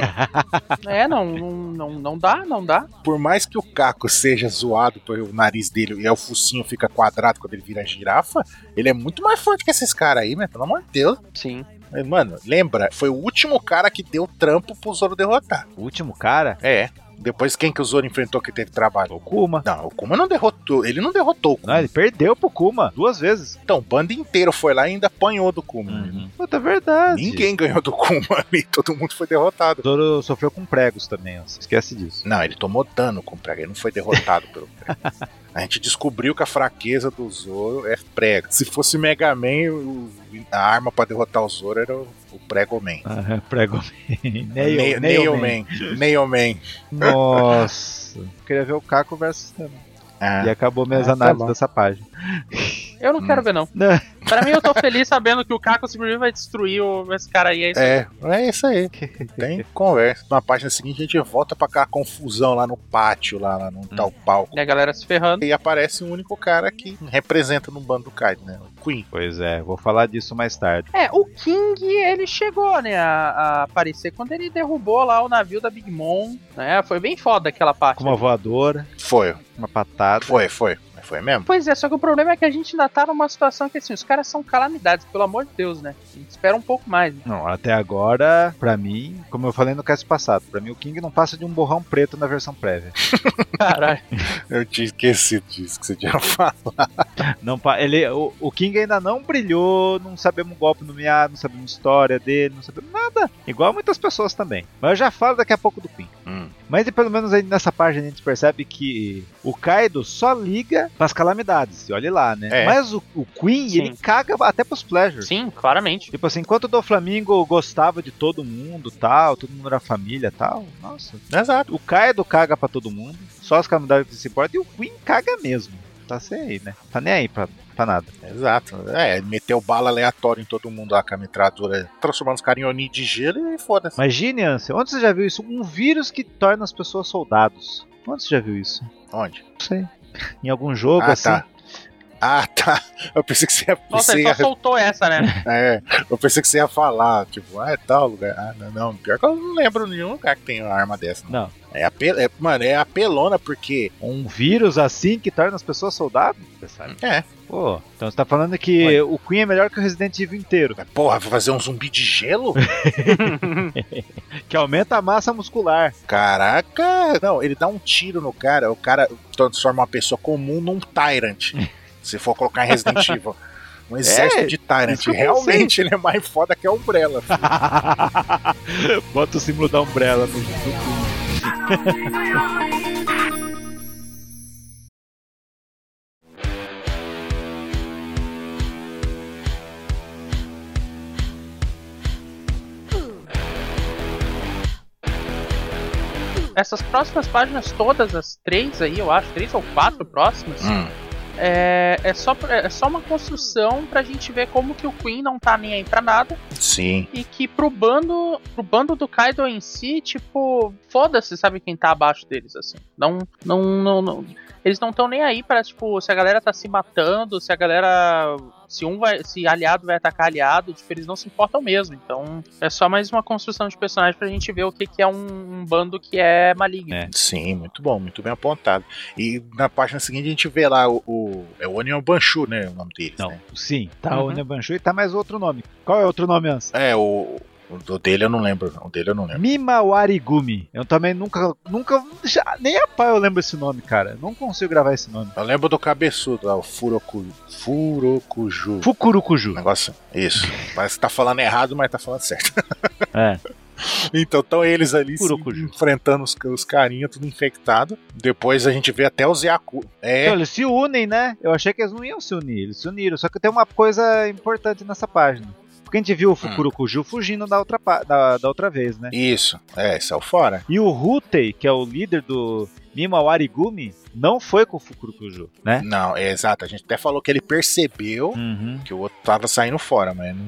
S2: é, não, não, não, não dá, não dá.
S1: Por mais que o Caco seja zoado pelo nariz dele e é o focinho fica quadrado quando ele vira girafa, ele é muito mais forte que esses caras aí, né? Pelo amor de Deus.
S2: Sim.
S1: Mano, lembra? Foi o último cara que deu trampo pro Zoro derrotar.
S4: O último cara?
S1: É. Depois quem que o Zoro enfrentou que teve trabalho?
S4: O Kuma.
S1: Não, o Kuma não derrotou. Ele não derrotou o Kuma.
S4: Não, ele perdeu pro Kuma duas vezes.
S1: Então, o bando inteiro foi lá e ainda apanhou do Kuma.
S4: Puta, é verdade.
S1: Uhum. Ninguém ganhou do Kuma ali, todo mundo foi derrotado.
S4: O Zoro sofreu com pregos também, ó. esquece disso.
S1: Não, ele tomou dano com o prego, ele não foi derrotado pelo prego. A gente descobriu que a fraqueza do Zoro é prego. Se fosse Mega Man, o- a arma pra derrotar o Zoro era o, o Prego Man.
S4: Ah, prego.
S1: Ne-
S4: Nail,
S1: Nail Man. Nail Man.
S4: Man. Nossa. Eu queria ver o Kako versus Hamlet.
S1: Ah,
S4: E acabou minhas
S1: Ah, tá
S4: análises
S1: bom.
S4: dessa página.
S2: Eu não
S4: Hum.
S2: quero ver, não.
S4: Não.
S2: Pra mim, eu tô feliz sabendo que o Caco simplesmente vai destruir o, esse cara aí. É isso.
S1: É, é isso aí. Tem conversa. Na página seguinte a gente volta pra aquela confusão lá no pátio, lá, lá no tal palco.
S2: E né, a galera se ferrando.
S1: E aparece o único cara que representa no bando do Kaido, né? O Queen.
S4: Pois é, vou falar disso mais tarde.
S2: É, o King, ele chegou, né, a, a aparecer quando ele derrubou lá o navio da Big Mom, né? Foi bem foda aquela parte.
S4: Com uma voadora,
S1: Foi,
S4: uma patada.
S1: foi, foi. Mas Foi mesmo?
S2: Pois é, só que o problema é que a gente ainda tá numa situação que, assim, os caras são calamidades, pelo amor de Deus, né? A gente espera um pouco mais. né?
S4: Não, até agora, pra mim, como eu falei no cast passado, pra mim o King não passa de um borrão preto na versão prévia.
S2: Caralho.
S1: Eu tinha esquecido disso que você tinha falado.
S4: Não, pa- ele, o, o King ainda não brilhou, não sabemos golpe no Miyagi, não sabemos história dele, não sabemos nada. Igual muitas pessoas também. Mas eu já falo daqui a pouco do King.
S1: Hum.
S4: Mas e pelo menos aí nessa página a gente percebe que o Kaido só liga pras calamidades, e olha lá, né?
S1: É.
S4: Mas o, o Queen,
S2: Sim.
S4: ele caga até pros pleasures.
S2: Sim, claramente.
S4: Tipo assim, enquanto o do Flamengo gostava de todo mundo, tal, todo mundo era família, tal. Nossa.
S1: Exato.
S4: O Kaido caga pra todo mundo, só as calamidades que se importam, e o Queen caga mesmo. Tá sem aí, né? Tá nem aí pra, pra nada.
S1: Exato. É, meteu bala aleatória em todo mundo lá com a metralhadora, transformando os caras em Oni de gelo e foda-se.
S4: Imagine, Ansel, onde você já viu isso? Um vírus que torna as pessoas soldados. Onde você já viu isso?
S1: Onde?
S4: Não sei. Em algum jogo,
S1: ah,
S4: assim.
S1: tá. Ah, tá. Eu pensei que você ia.
S2: Nossa,
S1: você
S2: ele só
S1: ia-
S2: soltou essa, né?
S1: é, eu pensei que você ia falar, tipo, ah, é tal lugar. Ah, não, não. Pior que eu não lembro nenhum lugar que tem uma arma dessa.
S4: Não.
S1: É, apel... é, mano, é apelona porque.
S4: Um vírus assim que torna as pessoas soldados? Você sabe.
S1: É.
S4: Pô, então você tá falando que
S1: Olha.
S4: o Queen é melhor que o Resident Evil inteiro,
S1: Mas, porra, vou fazer um zumbi de gelo?
S4: que aumenta a massa muscular.
S1: Caraca! Não, ele dá um tiro no cara, o cara transforma uma pessoa comum num Tyrant. se for colocar em Resident Evil. Um exército
S4: É,
S1: de Tyrant.
S4: isso que eu
S1: Realmente ele é mais foda que a Umbrella. filho.
S4: Bota o símbolo da Umbrella no,
S2: Essas próximas páginas todas, as três aí, eu acho, três ou quatro próximas,
S1: Hum.
S4: Hum.
S2: é, é, só, é só uma construção pra gente ver como que o Queen não tá nem aí pra nada.
S1: sim.
S2: e que pro bando, pro bando do Kaido em si, tipo, foda-se, sabe quem tá abaixo deles assim. Não, não, não, não- eles não estão nem aí pra, tipo, se a galera tá se matando, se a galera se um vai, se aliado vai atacar aliado, tipo, eles não se importam mesmo. Então, é só mais uma construção de personagem pra gente ver o que que é um, um bando que é maligno.
S4: É.
S1: Sim, muito bom, muito bem apontado. E na página seguinte a gente vê lá o. o é o Onion Banshu, né? O nome deles,
S4: Não,
S1: né?
S4: sim, tá
S2: Uhum.
S4: o Nebanchu e tá mais outro nome. Qual é o outro nome, Ansa?
S1: É, o. O dele eu não lembro. O dele eu não
S4: É.
S1: lembro.
S4: Mimawarigumi. Eu também nunca. Nunca. já- nem a pau eu lembro esse nome, cara. Não consigo gravar esse nome.
S1: Eu lembro do cabeçudo lá, o Furoku, Furokuju.
S4: Fukurukuju.
S1: Um Negócio, isso. Parece que tá falando errado, mas tá falando certo.
S4: É.
S1: Então estão eles ali se
S4: Furokuju.
S1: enfrentando os, os carinha, tudo infectado. Depois a gente vê até o Zeaku. É,
S4: Então, eles se unem, né? Eu achei que eles não iam se unir, eles se uniram. Só que tem uma coisa importante nessa página. Porque a gente viu o Fukurukuju fugindo da outra, pa- da, da outra vez, né?
S1: isso. É, saiu fora.
S4: E o Rutei, que é o líder do Mimawarigumi, não foi com o Fukurukuju, né?
S1: Não, é exato. A gente até falou que ele percebeu
S4: Uhum.
S1: que o outro tava saindo fora, mas não,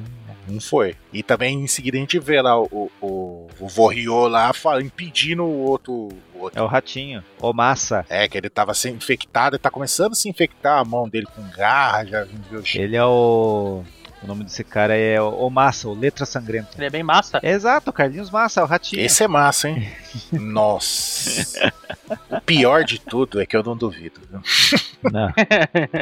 S1: não foi. E também em seguida a gente vê lá o, o, o Vorriô lá fala- impedindo o outro, o outro.
S4: É o ratinho. O massa.
S1: É, que ele tava sendo infectado, ele tá começando a se infectar a mão dele com garra, já viu o cheiro.
S4: Ele é o. O nome desse cara é o Massa, o Letra Sangrenta.
S2: Ele é bem massa.
S4: É exato, Carlinhos Massa, é o ratinho.
S1: Esse é massa, hein? Nossa. O pior de tudo é que eu não duvido. viu?
S4: Não,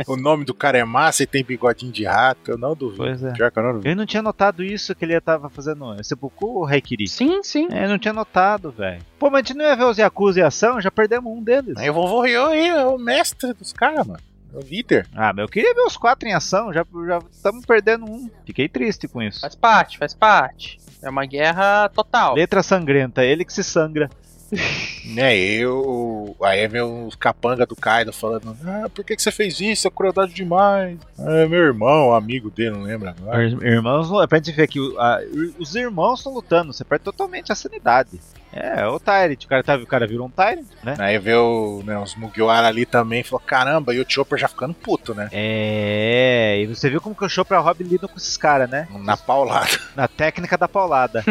S1: O nome do cara é massa e tem bigodinho de rato, eu não duvido.
S4: pois é.
S1: Pior que eu não duvido.
S4: Eu não tinha notado isso que ele tava fazendo. Seppuku ou Haikiri?
S2: Sim, sim.
S4: É, eu não tinha notado, velho. Pô, mas a gente não ia ver os Yakuza em ação, já perdemos um deles.
S1: Aí o vovô Ryo aí é o mestre dos caras, mano. É o líder.
S4: Ah, mas eu queria ver os quatro em ação, já estamos perdendo um. Fiquei triste com isso.
S2: Faz parte, faz parte. É uma guerra total.
S4: Letra sangrenta, ele que se sangra.
S1: Né, eu. Aí é meu capanga do Kaido falando: Ah, por que, que você fez isso? É crueldade demais. É meu irmão, amigo dele, não lembro agora.
S4: Ir- Irmãos, não- pra gente ver que o- a- ir- os irmãos estão lutando, você perde totalmente a sanidade. É, é o Tyrant, o cara, tá, o cara virou um Tyrant, né?
S1: Aí vê o, né, os Mugiwara ali também falou: Caramba, e o Chopper já ficando puto, né?
S4: É, e você viu como que o show pra Rob lida com esses caras, né?
S1: Na paulada.
S4: Na técnica da paulada.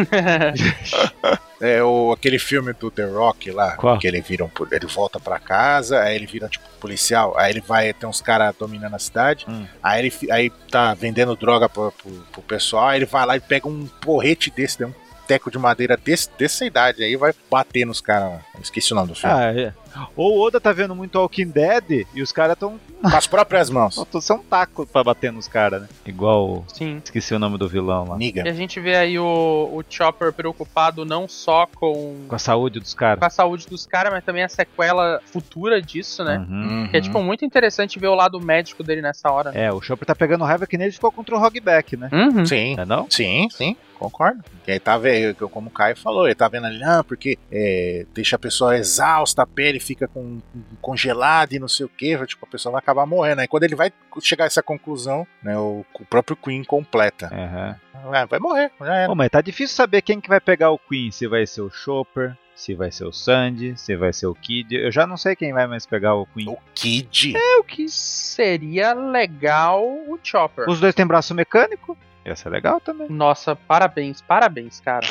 S1: É o, aquele filme do The Rock lá,
S4: Qual?
S1: que ele vira um, pol- ele volta pra casa, aí ele vira tipo policial, aí ele vai ter uns caras dominando a cidade,
S4: Hum.
S1: aí ele fi- aí tá vendendo droga pro, pro- pro pessoal, aí ele vai lá e pega um porrete desse, né, um teco de madeira desse, dessa idade, aí vai bater nos caras. lá. Eu Esqueci o nome do filme.
S4: Ah, é. Ou o Oda tá vendo muito Walking Dead e os caras estão
S1: Com as próprias mãos.
S4: Faltou só um taco pra bater nos caras, né? Igual.
S2: Sim.
S4: Esqueci o nome do vilão lá.
S1: Niga.
S2: E a gente vê aí o, o Chopper preocupado não só com,
S4: Com a saúde dos
S2: com
S4: caras.
S2: a saúde dos caras, mas também a sequela futura disso, né?
S4: Uhum.
S2: Que é, tipo, muito interessante ver o lado médico dele nessa hora. né?
S4: É, o Chopper tá pegando raiva que nem ele ficou contra o Hogback, né?
S2: Uhum.
S1: Sim.
S4: Não é não?
S1: Sim, sim, concordo. E aí tá vendo, como o Caio falou, ele tá vendo ali, ah, porque é, deixa a pessoa exausta, a pele fica com, com- congelada e não sei o que, tipo, a pessoa vai acabar morrendo. Aí quando ele vai chegar a essa conclusão, né, o, o próprio Queen completa.
S4: Aham.
S1: Ah, vai morrer, já era.
S4: Pô, mas tá difícil saber quem que vai pegar o Queen. Se vai ser o Chopper, se vai ser o Sandy, se vai ser o Kid. Eu já não sei quem vai mais pegar o Queen.
S1: O Kid,
S2: O que seria legal o Chopper.
S4: Os dois têm braço mecânico? Essa é legal também.
S2: Nossa, parabéns, parabéns, cara.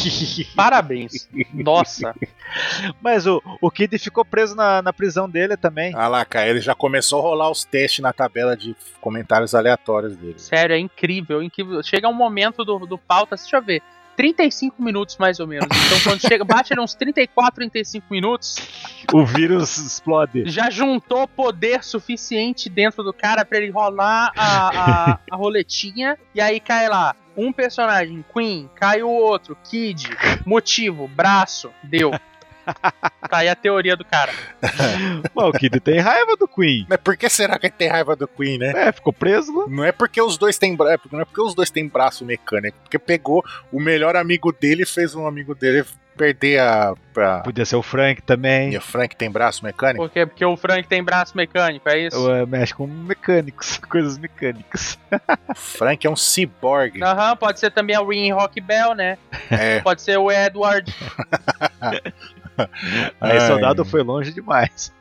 S2: Parabéns. Nossa.
S4: Mas o, o Kid ficou preso na, na prisão dele também.
S1: ah lá, cara, ele já começou a rolar os testes na tabela de comentários aleatórios dele.
S2: Sério, é incrível, incrível. Chega um momento do, do pauta, deixa eu ver. 35 minutos mais ou menos. Então quando chega, bate ali uns 34, 35 minutos,
S4: O vírus explode.
S2: já juntou poder suficiente dentro do cara pra ele rolar a, a, a roletinha e aí cai lá um personagem Queen, cai o outro Kid, motivo, braço, deu. Tá aí a teoria do cara.
S4: Bom, o Kid tem raiva do Queen.
S1: Mas por que será que ele tem raiva do Queen, né?
S4: É, ficou preso lá.
S1: Não é porque os dois têm bra... é porque- não é porque os dois têm braço mecânico, porque pegou o melhor amigo dele e fez um amigo dele perder a pra...
S4: Podia ser o Frank também.
S1: E o Frank tem braço mecânico?
S2: Por quê? Porque o Frank tem braço mecânico, é isso?
S4: Eu, eh, mexe com mecânicos, coisas mecânicas.
S1: O Frank é um ciborgue.
S2: Aham, pode ser também a Win Rock Bell, né?
S1: É.
S2: Pode ser o Edward.
S4: Aí
S1: Ai.
S4: soldado foi longe demais.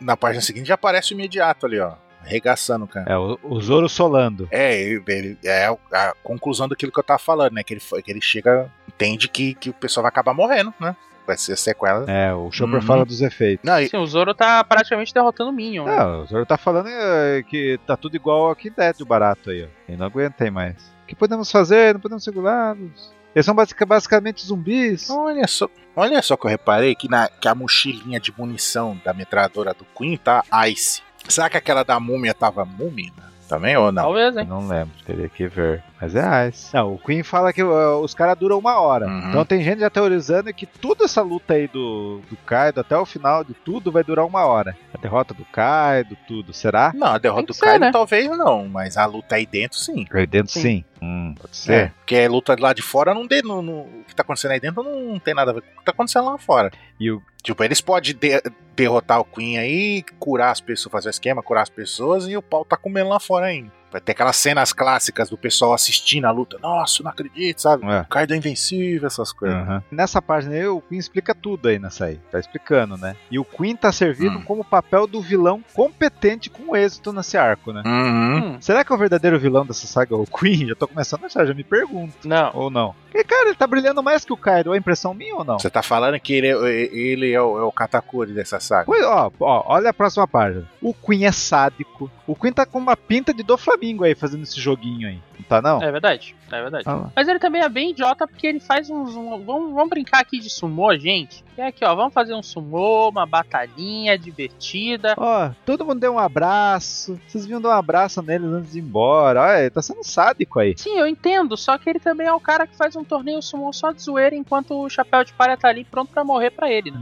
S1: Na página seguinte já aparece o imediato ali, ó. Arregaçando o cara.
S4: É, o, o Zoro solando.
S1: É, ele- ele- é a conclusão daquilo que eu tava falando, né? Que ele, foi- que ele chega, entende que, que o pessoal vai acabar morrendo, né? Vai ser sequela.
S4: É, o Chopper
S1: Uhum.
S4: fala dos efeitos.
S1: Não, e-
S2: Sim, o Zoro tá praticamente derrotando o Minion. né?
S4: Não, o Zoro tá falando eh, que tá tudo igual ao King Dead, o barato aí, ó. Eu não aguentei mais. O que podemos fazer? Não podemos segurá-los. Eles são basic- basicamente zumbis.
S1: olha só, olha só que eu reparei que, na, que a mochilinha de munição da metralhadora do Queen tá Ice. Será que aquela da múmia tava múmia? Também ou não?
S2: Talvez,
S4: Eu
S2: hein?
S4: não lembro, teria que ver. Mas é Ice. Não, o Queen fala que uh, os caras duram uma hora.
S1: Uhum.
S4: Então tem gente já teorizando que toda essa luta aí do, do Kaido até o final de tudo vai durar uma hora. A derrota do Kaido, tudo. Será?
S1: Não, a derrota
S2: Tem que
S1: do
S2: ser,
S1: Kaido
S2: né?
S1: talvez não, mas a luta aí dentro sim. É,
S4: Aí dentro
S2: Sim.
S4: sim. Hum, pode ser.
S1: Porque a luta lá de fora não tem. no- no- o que tá acontecendo aí dentro não tem nada a ver com o que tá acontecendo lá fora.
S4: E o-
S1: Tipo, eles podem de- derrotar o Queen aí, curar as pessoas, fazer o esquema, curar as pessoas e o pau tá comendo lá fora ainda. Vai ter aquelas cenas clássicas do pessoal assistindo a luta. Nossa, não acredito, sabe?
S4: É.
S1: O Kaido é invencível, essas coisas.
S4: Aham. Nessa página aí, o Queen explica tudo aí nessa aí. Tá explicando, né? E o Queen tá servindo
S1: Hum.
S4: como papel do vilão competente com êxito nesse arco, né?
S1: Uhum.
S2: Hum,
S4: Será que o verdadeiro vilão dessa saga é o Queen? Já tô começando a achar, já me pergunto.
S2: não.
S4: Ou não? Porque, cara, ele tá brilhando mais que o Kaido. É impressão minha ou não?
S1: Você tá falando que ele, é- ele é, o, é o Katakuri dessa saga.
S4: Pois, ó, ó, olha a próxima página. O Queen é sádico. O Queen tá com uma pinta de do Flamengo aí fazendo esse joguinho aí. Não tá não?
S2: É verdade, é verdade.
S4: Olha lá.
S2: Mas ele também é bem idiota porque ele faz uns. um- vamos, vamos brincar aqui de sumô, gente. É aqui, ó. Vamos fazer um sumô, uma batalhinha divertida.
S4: Ó, todo mundo deu um abraço. Vocês vinham dar um abraço neles antes de ir embora. Olha, ele tá sendo sádico aí.
S2: Sim, eu entendo, só que ele também é o cara que faz um torneio sumô só de zoeira enquanto o chapéu de palha tá ali pronto pra morrer pra ele, né?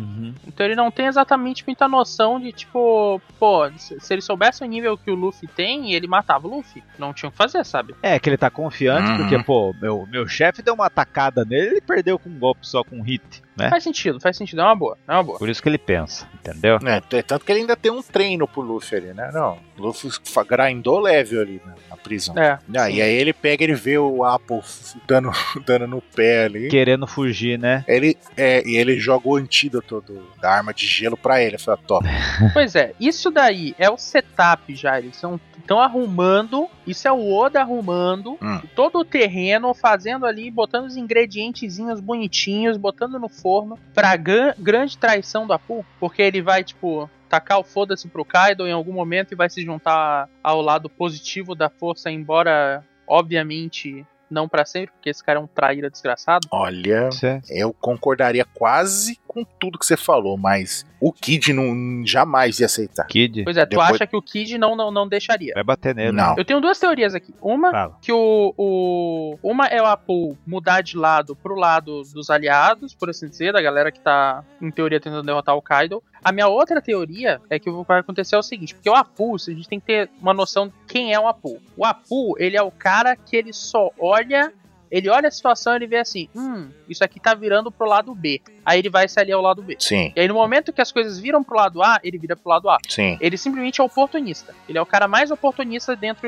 S2: Então ele não tem exatamente muita noção de tipo, pô, se se ele soubesse o nível que o Luffy tem, ele matava o Luffy. Não tinha o que fazer, sabe?
S4: É, que ele tá confiante,
S1: Uhum.
S4: porque, pô, meu, meu chefe deu uma atacada nele ele perdeu com um golpe só com um hit, né?
S2: Faz sentido, faz sentido, é uma boa, é uma boa.
S4: Por isso que ele pensa, entendeu?
S1: É, t- tanto que ele ainda tem um treino pro Luffy ali, né? Não, o Luffy fa- grindou leve ali na, na prisão.
S2: É.
S1: Ah, e aí ele pega, ele vê o Apple f- dando, dando no pé ali.
S4: Querendo fugir, né?
S1: Ele, é, e ele joga o antídoto do- da arma de gelo pra ele. Fala, top.
S2: Pois é, isso daí é o setup já. Eles estão arrumando, isso é o Oda arrumando
S1: Hum.
S2: todo o terreno, fazendo ali, botando os ingredientezinhos bonitinhos, botando no forno, pra gran- grande traição do Apu, porque ele vai, tipo, tacar o foda-se pro Kaido em algum momento e vai se juntar ao lado positivo da força, embora, obviamente, não pra sempre, porque esse cara é um traíra desgraçado.
S1: Olha,
S4: Você-
S1: eu concordaria quase com tudo que você falou, mas o Kid não, jamais ia aceitar.
S4: Kid,
S2: Pois é, tu
S1: Depois- É.
S2: acha que o Kid não, não, não deixaria.
S4: vai bater nele. né?
S1: Não.
S2: Eu tenho duas teorias aqui. Uma
S4: Fala.
S2: que o, o- uma é o Apu mudar de lado pro lado dos aliados, por assim dizer, da galera que tá em teoria tentando derrotar o Kaido. A minha outra teoria é que o que vai acontecer é o seguinte, porque o Apu, a gente tem que ter uma noção de quem é o Apu. O Apu, ele é o cara que ele só olha, ele olha a situação e ele vê assim, hum, isso aqui tá virando pro lado B. Aí ele vai se aliar ao lado B.
S1: Sim,
S2: E aí no momento que as coisas viram pro lado A, ele vira pro lado A.
S1: sim,
S2: Ele simplesmente é oportunista. Ele é o cara mais oportunista dentro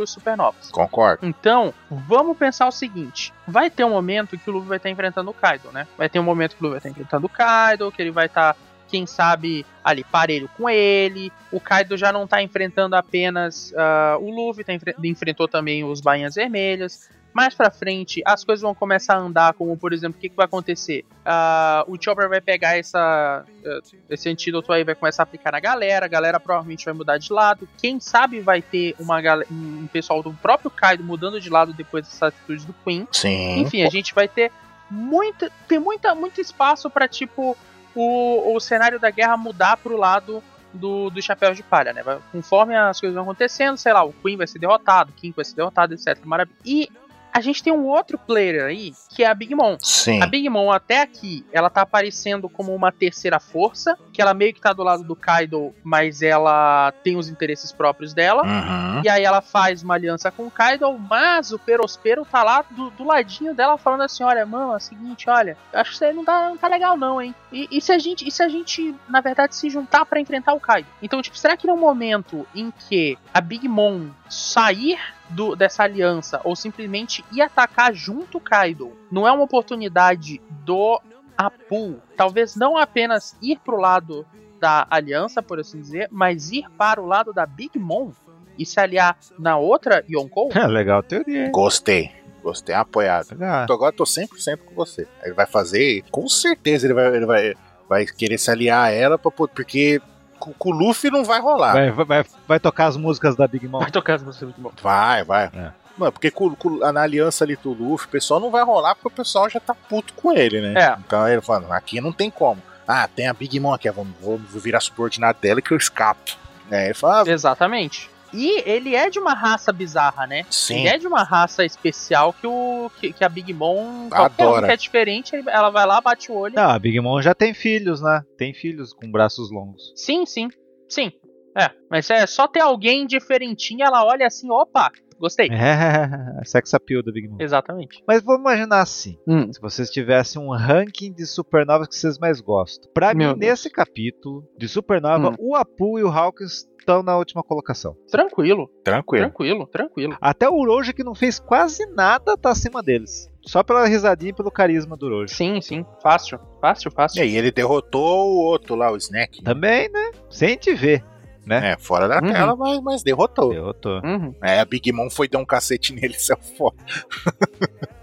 S2: os supernovas.
S1: concordo.
S2: Então, vamos pensar o seguinte: vai ter um momento que o Luffy vai estar enfrentando o Kaido, né? Vai ter um momento que o Luffy vai estar enfrentando o Kaido, que ele vai estar, quem sabe, ali parelho com ele. O Kaido já não tá enfrentando apenas ah, o Luffy, tá enfre- enfrentou também os Bainhas Vermelhas. Mais pra frente, as coisas vão começar a andar, como por exemplo, o que, que vai acontecer? Ah, o Chopper vai pegar essa, ah, esse antídoto aí, vai começar a aplicar na galera, a galera provavelmente vai mudar de lado. Quem sabe vai ter uma gale- um pessoal do próprio Kaido mudando de lado depois dessa atitude do Queen.
S1: Sim.
S2: Enfim, a gente vai ter muito, tem muita, muito espaço pra tipo o, o cenário da guerra mudar pro lado do, do chapéu de palha, né? Vai- Conforme as coisas vão acontecendo, sei lá, o Queen vai ser derrotado, o King vai ser derrotado, etc. Maravilha. E a gente tem um outro player aí, que é a Big Mom.
S1: Sim.
S2: A Big Mom até aqui, ela tá aparecendo como uma terceira força, que ela meio que tá do lado do Kaido, mas ela tem os interesses próprios dela.
S1: Uhum.
S2: E aí ela faz uma aliança com o Kaido, mas o Perospero tá lá do, do ladinho dela falando assim, olha, mano, é o seguinte, olha, eu acho que isso aí não tá, não tá legal não, hein? E, e se a gente, e se a gente, na verdade, se juntar pra enfrentar o Kaido? Então, tipo, será que no momento em que a Big Mom sair do- dessa aliança ou simplesmente ir atacar junto o Kaido, não é uma oportunidade do Apu, talvez não apenas ir pro lado da aliança, por assim dizer, mas ir para o lado da Big Mom e se aliar na outra Yonkou?
S4: É Legal a teoria, hein?
S1: Gostei. Gostei, apoiado.
S4: Legal.
S1: Tô- Agora eu tô 100% com você. Ele vai fazer, com certeza ele vai, ele vai, vai querer se aliar a ela, pra, po- porque com, com o Luffy não vai rolar.
S4: Vai, vai- vai- vai tocar as músicas da Big Mom.
S2: Vai tocar as músicas é muito bom.
S1: Vai, vai.
S4: É.
S1: Mano, porque com, com- na aliança ali do Luffy, o pessoal não vai rolar porque o pessoal já tá puto com ele, né?
S2: É.
S1: Então ele falando, aqui não tem como. Ah, tem a Big Mom aqui, vamos, vou, vou virar subordinado dela que eu escapo. É, ele fala, ah,
S2: Exatamente. E ele é de uma raça bizarra, né?
S1: Sim.
S2: Ele é de uma raça especial que, o, que, que a Big Mom, qualquer
S1: Adora.
S2: um que é diferente, ela vai lá, bate o olho.
S4: Não, a Big Mom já tem filhos, né? Tem filhos com braços longos.
S2: Sim, sim, sim. É, mas é só ter alguém diferentinho, ela olha assim, opa, gostei.
S4: É, sex appeal da Big Mom.
S2: Exatamente.
S4: Mas vamos imaginar assim,
S2: Hum.
S4: se vocês tivessem um ranking de supernovas que vocês mais gostam. Pra
S2: Meu
S4: mim,
S2: Deus.
S4: nesse capítulo de supernova,
S2: Hum.
S4: o Apu e o Hawkins estão na última colocação.
S2: Tranquilo,
S1: Tranquilo.
S2: tranquilo, tranquilo.
S4: Até o Uroji, que não fez quase nada, tá acima deles. Só pela risadinha e pelo carisma do Uroji.
S2: Sim, sim, fácil, fácil,
S1: E
S2: fácil.
S1: aí ele derrotou o outro lá, o Snack.
S4: Também, né? Sem te ver.
S1: É, fora da
S2: Uhum.
S1: tela, mas, mas derrotou.
S4: Derrotou.
S2: Uhum.
S1: É, a Big Mom foi dar um cacete nele, isso é foda.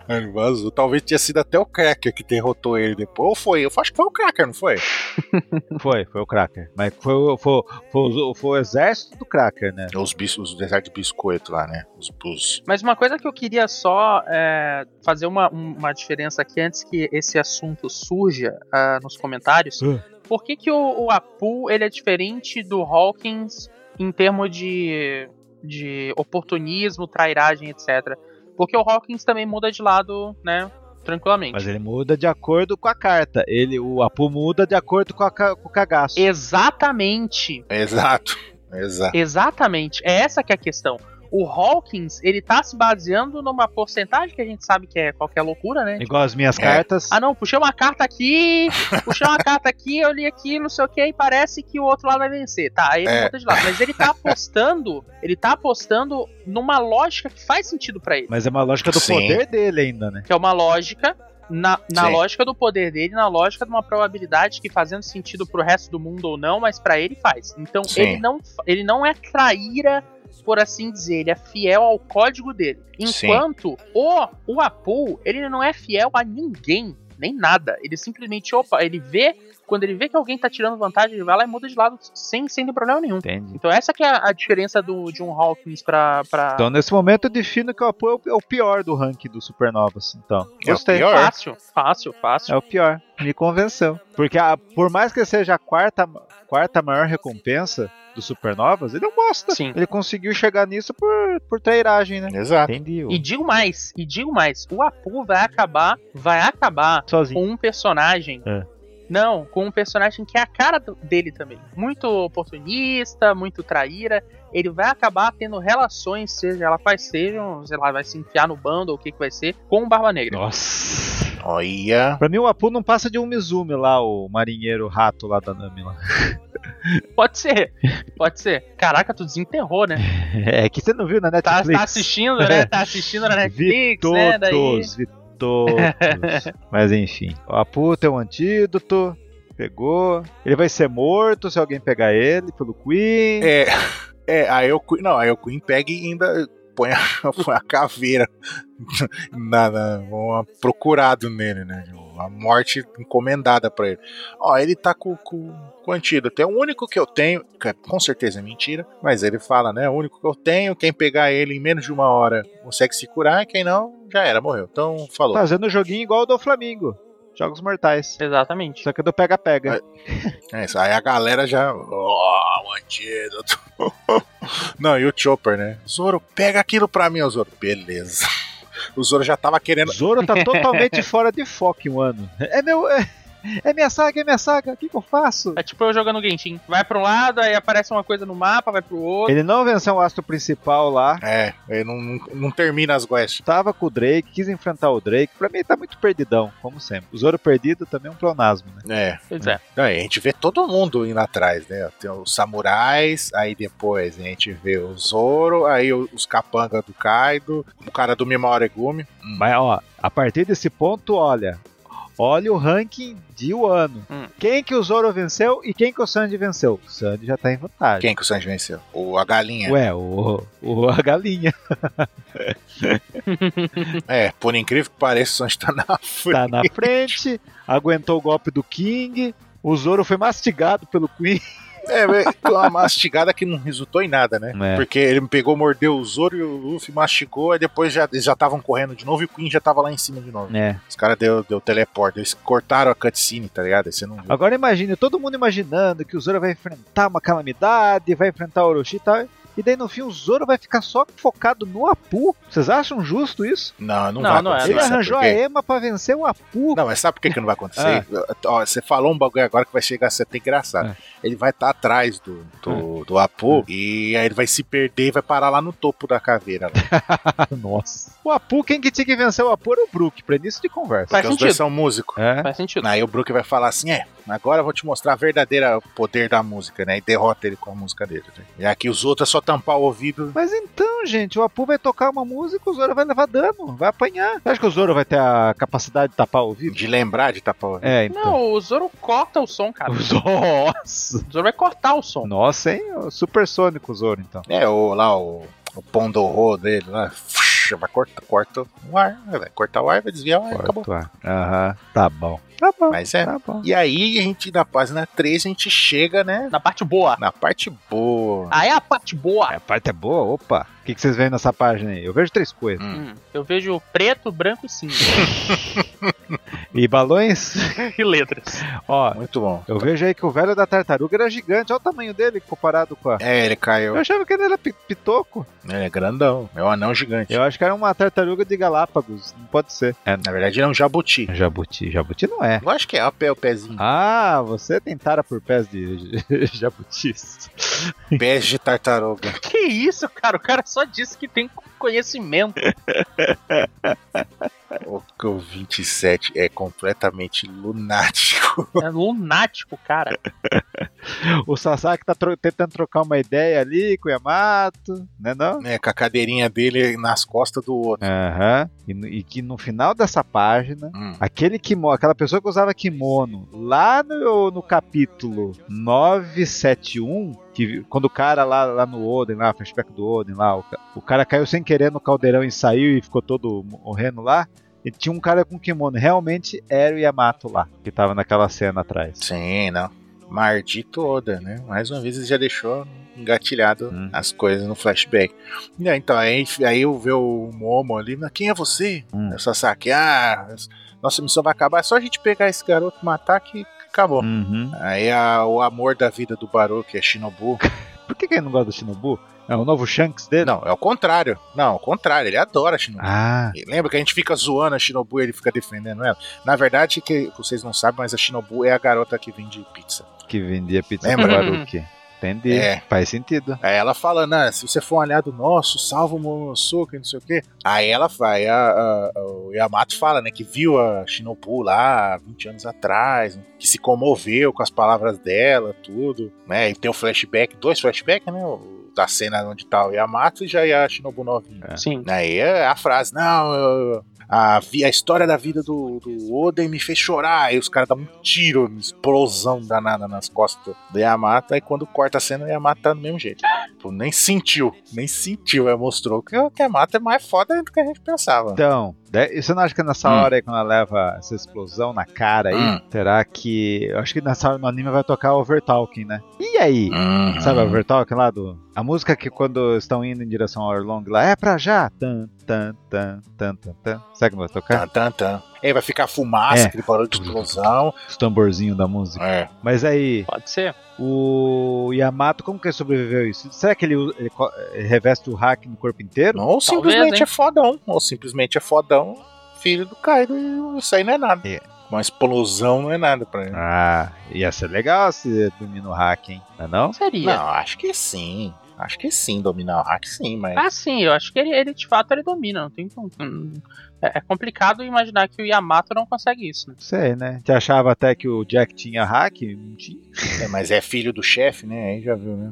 S1: Ele vazou. Talvez tinha sido até o Cracker que derrotou ele depois. Ou foi? Eu acho que foi o Cracker, não foi?
S4: Foi, foi o Cracker. Mas foi, o- foi, foi, o- foi o exército do Cracker, né?
S1: Os, bis, os desertos de biscoito lá, né? Os, os...
S2: Mas uma coisa que eu queria só é, fazer uma, um- uma diferença aqui antes que esse assunto surja ah, nos comentários.
S4: Hum.
S2: Por que, que o, o Apu ele é diferente do Hawkins em termos de, de oportunismo, trairagem, etc? Porque o Hawkins também muda de lado, né? Tranquilamente.
S4: Mas é ele muda de acordo com a carta. Ele, o Apu muda de acordo com, a ca- com o cagaço.
S2: Exatamente.
S1: Exato. Exato.
S2: Exatamente. É essa que é a questão. O Hawkins, ele tá se baseando numa porcentagem que a gente sabe que é qualquer loucura, né?
S4: Igual as minhas
S1: É.
S4: cartas.
S2: Ah, não, puxei uma carta aqui, puxei uma carta aqui, eu li aqui, não sei o que, e parece que o outro lado vai vencer. Tá, aí ele
S1: É.
S2: volta de lado. Mas ele tá apostando, ele tá apostando numa lógica que faz sentido pra ele.
S4: Mas é uma lógica do
S1: Sim.
S4: poder dele ainda, né?
S2: Que é uma lógica, na, na
S1: Sim.
S2: lógica do poder dele, na lógica de uma probabilidade que fazendo sentido pro resto do mundo ou não, mas pra ele faz. Então
S1: Sim.
S2: ele não, fa- ele não é traíra, por assim dizer, ele é fiel ao código dele.
S1: Sim.
S2: Enquanto o, o Apu, ele não é fiel a ninguém, nem nada. Ele simplesmente, opa, ele vê, quando ele vê que alguém tá tirando vantagem, ele vai lá e muda de lado sem, sem ter problema nenhum.
S4: Entende?
S2: Então essa que é a diferença do John Hawkins pra... pra...
S4: Então, nesse momento, eu defino que o Apu é o- é o pior do ranking do Supernovas. Então,
S1: É o
S4: gostei.
S1: pior.
S2: Fácil, fácil, fácil.
S4: É o pior. Me convenceu. Porque a- por mais que seja a quarta, quarta maior recompensa do Supernovas, ele não gosta.
S2: Sim.
S4: Ele conseguiu chegar nisso por, por trairagem, né?
S1: Exato.
S4: Entendi.
S2: E digo mais, e digo mais, o Apu vai acabar, vai acabar
S4: Sozinho.
S2: com um personagem.
S4: É.
S2: Não, com um personagem que é a cara do- dele também. Muito oportunista, muito traíra. Ele vai acabar tendo relações, seja ela quais sejam, sei lá, vai se enfiar no bando ou o que que vai ser, com o Barba Negra.
S4: Nossa.
S1: Olha.
S4: Pra mim, o Apu não passa de um Mizumi lá, o marinheiro rato lá da Nami. Lá.
S2: Pode ser, pode ser. Caraca, tu desenterrou, né?
S4: É que você não viu na
S2: Tá,
S4: Netflix.
S2: tá assistindo, né? Tá assistindo na
S4: Vi
S2: Netflix, né? Daí...
S4: todos, vi todos. Mas enfim, o Apu tem um antídoto, pegou. Ele vai ser morto se alguém pegar ele pelo Queen.
S1: É, é aí o Queen. Não, aí o Queen pega e ainda põe a, põe a caveira na, na- uma- procurado nele, né? A morte encomendada pra ele. Ó, ele tá com, com, com o antídoto. É o único que eu tenho, que é- com certeza é mentira, mas ele fala, né? O único que eu tenho, quem pegar ele em menos de uma hora consegue se curar, quem não, já era, morreu. Então, falou.
S4: Fazendo o joguinho igual o do Flamengo. Jogos mortais.
S2: Exatamente.
S4: Só que é do pega-pega.
S1: É isso. Aí a galera já. Ó, o antídoto. Não, e o Chopper, né? Zoro, pega aquilo pra mim, ô Zoro. Beleza. O Zoro já tava querendo.
S4: Zoro tá totalmente fora de foco em um ano. É meu. É, é minha saga, é minha saga. O que, que eu faço?
S2: É tipo eu jogando Genshin. Vai pra um lado, aí aparece uma coisa no mapa, vai pro outro.
S4: Ele não venceu o astro principal lá.
S1: É, ele não, não, não termina as quests.
S4: Tava com o Drake, quis enfrentar o Drake. Pra mim tá muito perdidão, como sempre. O Zoro perdido também é um pleonasmo, né?
S1: É.
S2: Pois é.
S1: Não, e a gente vê todo mundo indo atrás, né? Tem os samurais, aí depois a gente vê o Zoro, aí o- os capanga do Kaido, o cara do Mimaoregumi. Hum.
S4: Mas ó, a partir desse ponto, olha. Olha o ranking de um ano.
S2: Hum.
S4: Quem que o Zoro venceu e quem que o Sanji venceu? O Sanji já tá em vantagem.
S1: Quem que o Sanji venceu? O, a galinha.
S4: Ué, o, o- a galinha
S1: É, por incrível que pareça, o Sanji tá na frente.
S4: tá na frente, aguentou o golpe do King, o Zoro foi mastigado pelo Queen.
S1: É, mas foi uma mastigada que não resultou em nada, né?
S4: É.
S1: Porque ele me pegou, mordeu o Zoro e o Luffy mastigou, e depois já, eles já estavam correndo de novo e o Queen já tava lá em cima de novo.
S4: É.
S1: Os caras deu, deu teleporte, eles cortaram a cutscene, tá ligado? Aí Você não viu.
S4: Ah, Agora imagine, todo mundo imaginando que o Zoro vai enfrentar uma calamidade, vai enfrentar o Orochi e tal. E daí no fim o Zoro vai ficar só focado no Apu. Vocês acham justo isso?
S1: Não, não,
S2: Não,
S1: vai
S2: não é,
S1: acontecer.
S4: Ele
S2: sei,
S1: sabe
S4: arranjou
S1: por
S4: a
S1: quê?
S4: Ema pra vencer o Apu.
S1: Não, mas sabe por que, que não vai acontecer? Ó, você falou um bagulho agora que vai chegar a ser até engraçado.
S4: É.
S1: Ele vai estar atrás do, do, do Apu e aí ele vai se perder e vai parar lá no topo da caveira. né? Lá.
S4: Nossa. O Apu, quem que tinha que vencer o Apu era o Brook, pra início de conversa.
S2: Faz
S1: Porque os dois
S2: sentido.
S1: são músicos.
S4: É.
S2: Faz sentido.
S1: Aí o Brook vai falar assim: é, agora eu vou te mostrar a verdadeira poder da música, né? E derrota ele com a música dele. Né? E aqui os outros é só tampar o ouvido.
S4: Mas então, gente, o Apu vai tocar uma música, o Zoro vai levar dano, vai apanhar. Você acha que o Zoro vai ter a capacidade de tapar o ouvido?
S1: De lembrar de tapar o ouvido.
S4: É, então.
S2: Não, o Zoro corta o som, cara.
S4: O Zoro- Nossa!
S2: O Zoro vai cortar o som.
S4: Nossa, hein? O supersônico o Zoro, então.
S1: É, o, lá o, o Pondorô dele lá. Vai cortar, corta o ar, né, vai cortar o ar, vai desviar o ar, acabou.
S4: Quarto ar. Aham, tá bom. Tá bom.
S1: Mas é.
S4: Tá bom.
S1: E aí, a gente, na página 3, a gente chega, né?
S2: Hum. Na parte boa.
S1: Na parte boa.
S2: Aí a parte boa.
S4: A parte é boa, opa. O que, que vocês veem nessa página aí? Eu vejo três coisas.
S2: Hum, eu vejo preto, branco e cinza.
S4: E balões?
S2: e letras.
S4: Ó,
S1: Muito bom.
S4: eu vejo aí que o velho da tartaruga era gigante. Olha o tamanho dele comparado com a.
S1: É, ele
S4: Eu
S1: caiu.
S4: achava que ele era pi- pitoco.
S1: Ele é grandão. É um anão gigante.
S4: Eu acho que era uma tartaruga de Galápagos. Não pode ser. É,
S1: Na verdade, ele é um jabuti.
S4: Jabuti. Jabuti não é.
S1: Eu acho que é o pé, o pezinho.
S4: Ah, você tentara por pés de jabutis.
S1: Pés de tartaruga.
S2: Que isso, cara? O cara só disse que tem conhecimento.
S1: O que o 27 é completamente lunático.
S2: É lunático, cara.
S4: O Sasaki tá tro- tentando trocar uma ideia ali com o Yamato, né não?
S1: Né? Com a cadeirinha dele nas costas do outro.
S4: Aham. E no- E, que no final dessa página,
S1: Hum.
S4: aquele kimono, aquela pessoa que usava kimono, lá no, no capítulo 971, que vi- quando o cara lá, lá no Oden, lá, flashback do Oden, lá, o, ca- o cara caiu sem querer no caldeirão e saiu e ficou todo morrendo lá. E tinha um cara com kimono, realmente era o Yamato lá, que tava naquela cena atrás.
S1: Sim, não. Mardito Oda, né? Mais uma vez ele já deixou engatilhado
S4: Hum.
S1: as coisas no flashback. E aí, Então, aí, aí eu vejo o Momo ali, mas quem é você?
S4: Hum.
S1: Eu só saquei, ah, nossa missão vai acabar, é só a gente pegar esse garoto, matar que acabou.
S4: Uhum.
S1: Aí a- o amor da vida do Baruch é Shinobu.
S4: Por que, que ele não gosta do Shinobu? É o novo Shanks dele?
S1: Não, é o contrário. Não, é o contrário, ele adora Shinobu.
S4: Ah,
S1: E Lembra que a gente fica zoando a Shinobu e ele fica defendendo ela? Na verdade, que vocês não sabem, mas a Shinobu é a garota que vende pizza.
S4: que vendia pizza
S1: Lembra?
S4: pro Baruque. Entendi.
S1: É.
S4: Faz sentido.
S1: Aí ela falando, ah, se você for um aliado nosso, salva o Momonosuke, não sei o quê. Aí ela vai, a, a- o Yamato fala, né, que viu a Shinobu lá 20 anos atrás, né, que se comoveu com as palavras dela, tudo, né? E tem o flashback, dois flashbacks, né? o- da cena onde tá o Yamato e já é a Shinobu novinha.
S2: Sim.
S1: Aí é a frase, não, eu- a, vi- a história da vida do, do Oden me fez chorar. Aí os caras dão um tiro, uma explosão danada nas costas do Yamato. Aí quando corta a cena, o Yamato tá do mesmo jeito. Tipo, nem sentiu, nem sentiu. Aí mostrou que o Yamato é mais foda do que a gente pensava.
S4: Então, de- você não acha que nessa
S1: Hum.
S4: hora aí, quando ela leva essa explosão na cara aí,
S1: Hum.
S4: será que. Eu acho que nessa hora no anime vai tocar Overtalking, né? E aí?
S1: Hum.
S4: Sabe a Overtalking lá do. A música que quando estão indo em direção ao Arlong lá, é pra já! Tan, tan, tan, tan, tan, tan. Será que não vai tocar?
S1: Tan, tan, tan. Aí vai ficar fumaça,
S4: É.
S1: aquele barulho de explosão.
S4: Os tamborzinhos da música.
S1: É.
S4: Mas aí,
S2: Pode ser.
S4: O Yamato, como que ele sobreviveu a isso? Será que ele, usa- ele co- eh, reveste o hack no corpo inteiro?
S1: Ou simplesmente
S2: hein?
S1: é fodão. Ou simplesmente é fodão, filho do Kaido. e Isso aí não é nada.
S4: É.
S1: Uma explosão não é nada pra ele.
S4: Ah, ia ser legal se domina o hack, hein? Não é não?
S2: Seria.
S1: Não, acho que sim. Acho que sim, dominar o hack sim, mas.
S2: Ah, sim, eu acho que ele, ele, de fato ele domina. Não tem como- É é complicado imaginar que o Yamato não consegue isso, né?
S4: Não sei, né? Você achava até que o Jack tinha hack? Não tinha.
S1: É, mas é filho do chefe, né? Aí já viu, né?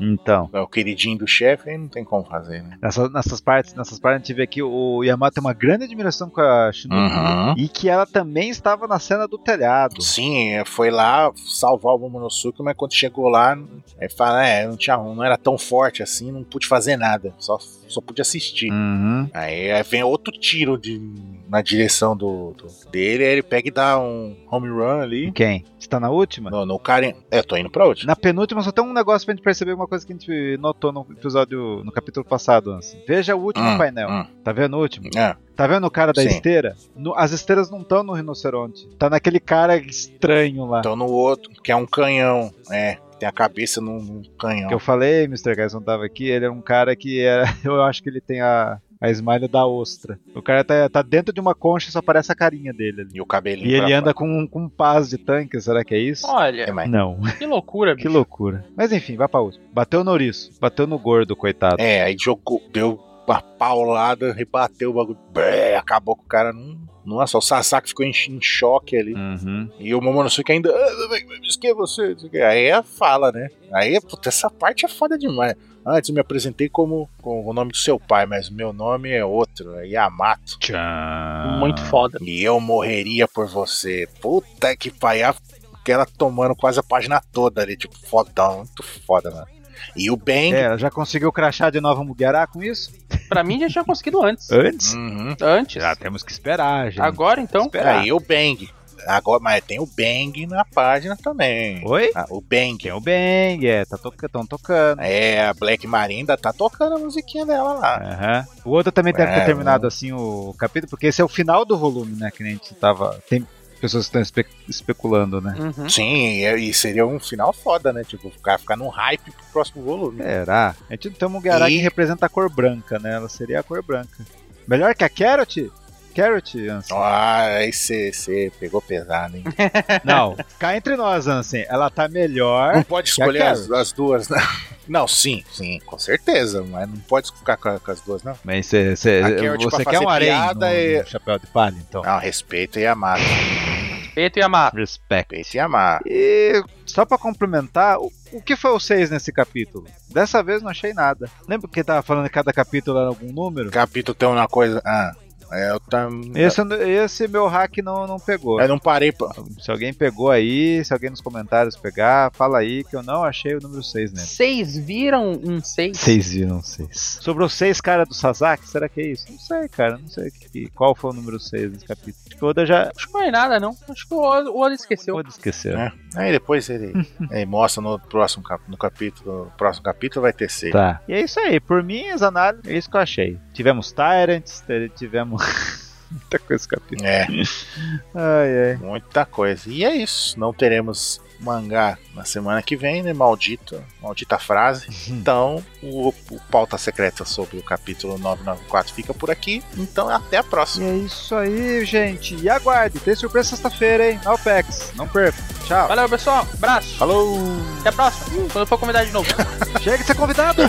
S4: Então,
S1: É o queridinho do chefe, aí não tem como fazer, né?
S4: nessa- nessas partes, nessas partes a gente vê que o Yamato tem uma grande admiração com a Shinobu.
S1: Uhum.
S4: E que ela também estava na cena do telhado.
S1: Sim, é, foi lá salvar o Momonosuke, mas quando chegou lá, é, fala, é, não tinha, não era tão forte assim, não pude fazer nada, só, só pude assistir.
S4: Uhum.
S1: Aí, aí vem outro tiro de, na direção do, do- dele, aí ele pega e dá um home run ali.
S4: Quem? Você tá na última?
S1: No, no Karen. É, tô indo pra última.
S4: Na penúltima só tem um negócio pra gente perceber, uma coisa que a gente notou no episódio, no capítulo passado, Anson. Veja o último
S1: Hum,
S4: painel.
S1: hum.
S4: Tá vendo o último?
S1: É,
S4: Tá vendo o cara da
S1: Sim.
S4: esteira? No- as esteiras não estão no rinoceronte. Tá naquele cara estranho lá.
S1: então no outro, que é um canhão. É, tem a cabeça num, num canhão.
S4: Que eu falei, Mr. Guys não tava aqui, ele é um cara que era. Eu acho que ele tem a. A esmalha da ostra. O cara tá, tá dentro de uma concha e só aparece a carinha dele ali.
S1: E o cabelinho.
S4: E
S1: pra
S4: ele
S1: fora.
S4: anda com, com um paz de tanque, será que é isso?
S1: É,
S2: Olha,
S1: mas-
S4: Não.
S2: que loucura,
S4: Que
S2: bicho.
S4: loucura. Mas enfim, vai pra última. Bateu no ouriço. Bateu no gordo, coitado.
S1: É, aí jogou, deu uma paulada, rebateu o bagulho, bré, acabou com o cara num. Nossa, o Sasaki ficou em, em choque ali.
S4: Uhum.
S1: E o Momonosuke ainda. "Ah, mas- mas Quem é você? Não sei o quê. Aí é fala, né? Aí, puta, essa parte é foda demais. Antes eu me apresentei como com o nome do seu pai, mas meu nome é outro, é Yamato.
S4: Tchan.
S2: Muito foda.
S1: E eu morreria por você. Puta que pariu. Ela tomando quase a página toda ali, tipo, fodão, muito foda, mano. E o Bang.
S4: É, ela já conseguiu crachar de novo a Mugiará com isso?
S2: Pra mim já tinha conseguido antes.
S4: Antes?
S1: Uhum.
S2: Antes.
S4: Já temos que esperar, gente.
S2: Agora então.
S4: Esperar.
S1: Aí o Bang. Agora, mas tem o Bang na página também.
S4: Oi?
S1: Ah, o Bang.
S4: Tem o Bang, é, tá toca tão tocando.
S1: É, a Black Maria ainda tá tocando a musiquinha dela lá.
S4: Aham. O outro também deve ter
S1: É,
S4: terminado assim o capítulo, porque esse é o final do volume, né? Que nem a gente tava. Tem pessoas que estão espe- especulando, né?
S2: Uhum.
S1: Sim, e, e seria um final foda, né? Tipo, ficar, ficar num hype pro próximo volume.
S4: Será? A gente não tem uma Mugiará
S1: E-
S4: que representa a cor branca, né? Ela seria a cor branca. Melhor que a Carrot? Carrot, Ansem?
S1: Ah, aí você pegou pesado, hein?
S4: Não. Cá entre nós, Ansem. Ela tá melhor.
S1: Não pode escolher
S4: Já
S1: as,
S4: quero.
S1: as duas, né? Não, sim, sim, com certeza, mas não pode ficar com, a- com as duas, não.
S4: Mas cê, cê-
S1: A Carrot
S4: você
S1: pra
S4: quer
S1: fazer
S4: um harém
S1: piada
S4: no,
S1: é-
S4: no chapéu de palha, então?
S1: Não, respeito e amar.
S2: Peito e Yamato.
S4: Respect.
S1: Respeito e amar.
S4: E só pra complementar, o, o que foi o 6 nesse capítulo? Dessa vez não achei nada. Lembra que tava falando que cada capítulo era algum número?
S1: Capítulo tem uma coisa. Ah, eu também.
S4: Esse, eu não- esse meu hack não, não pegou.
S1: Eu não parei pra.
S4: Se alguém pegou aí, se alguém nos comentários pegar, fala aí que eu não achei o número 6 nele.
S2: Vocês viram um 6?
S4: Vocês viram 6. Sobrou 6 cara do Sasaki? Será que é isso? Não sei, cara. Não sei que- qual foi o número 6 nesse capítulo. Acho que o Oda já.
S2: Acho que não é nada, não. Acho que o Oda o Oda esqueceu.
S4: Oda esqueceu.
S1: É. Aí depois ele, ele mostra no próximo cap, no capítulo. No próximo capítulo vai ter seis.
S4: Tá. E é isso aí. Por mim, as análises, é isso que eu achei. Tivemos Tyrants, t- tivemos. Muita coisa esse capítulo.
S1: É,
S4: Ai, ai.
S1: muita coisa. E é isso. Não teremos mangá na semana que vem, né? Maldita, maldita frase. Então, o, o pauta secreta sobre o capítulo 994 fica por aqui. Então, até a
S4: E
S1: próxima.
S4: é isso aí, gente. E aguarde, tem surpresa sexta-feira, hein? Na OPEX. Não perca. Tchau.
S2: Valeu, pessoal. Abraço.
S1: Falou!
S2: Até a próxima. Quando eu for convidar de novo.
S4: Chega de ser convidado.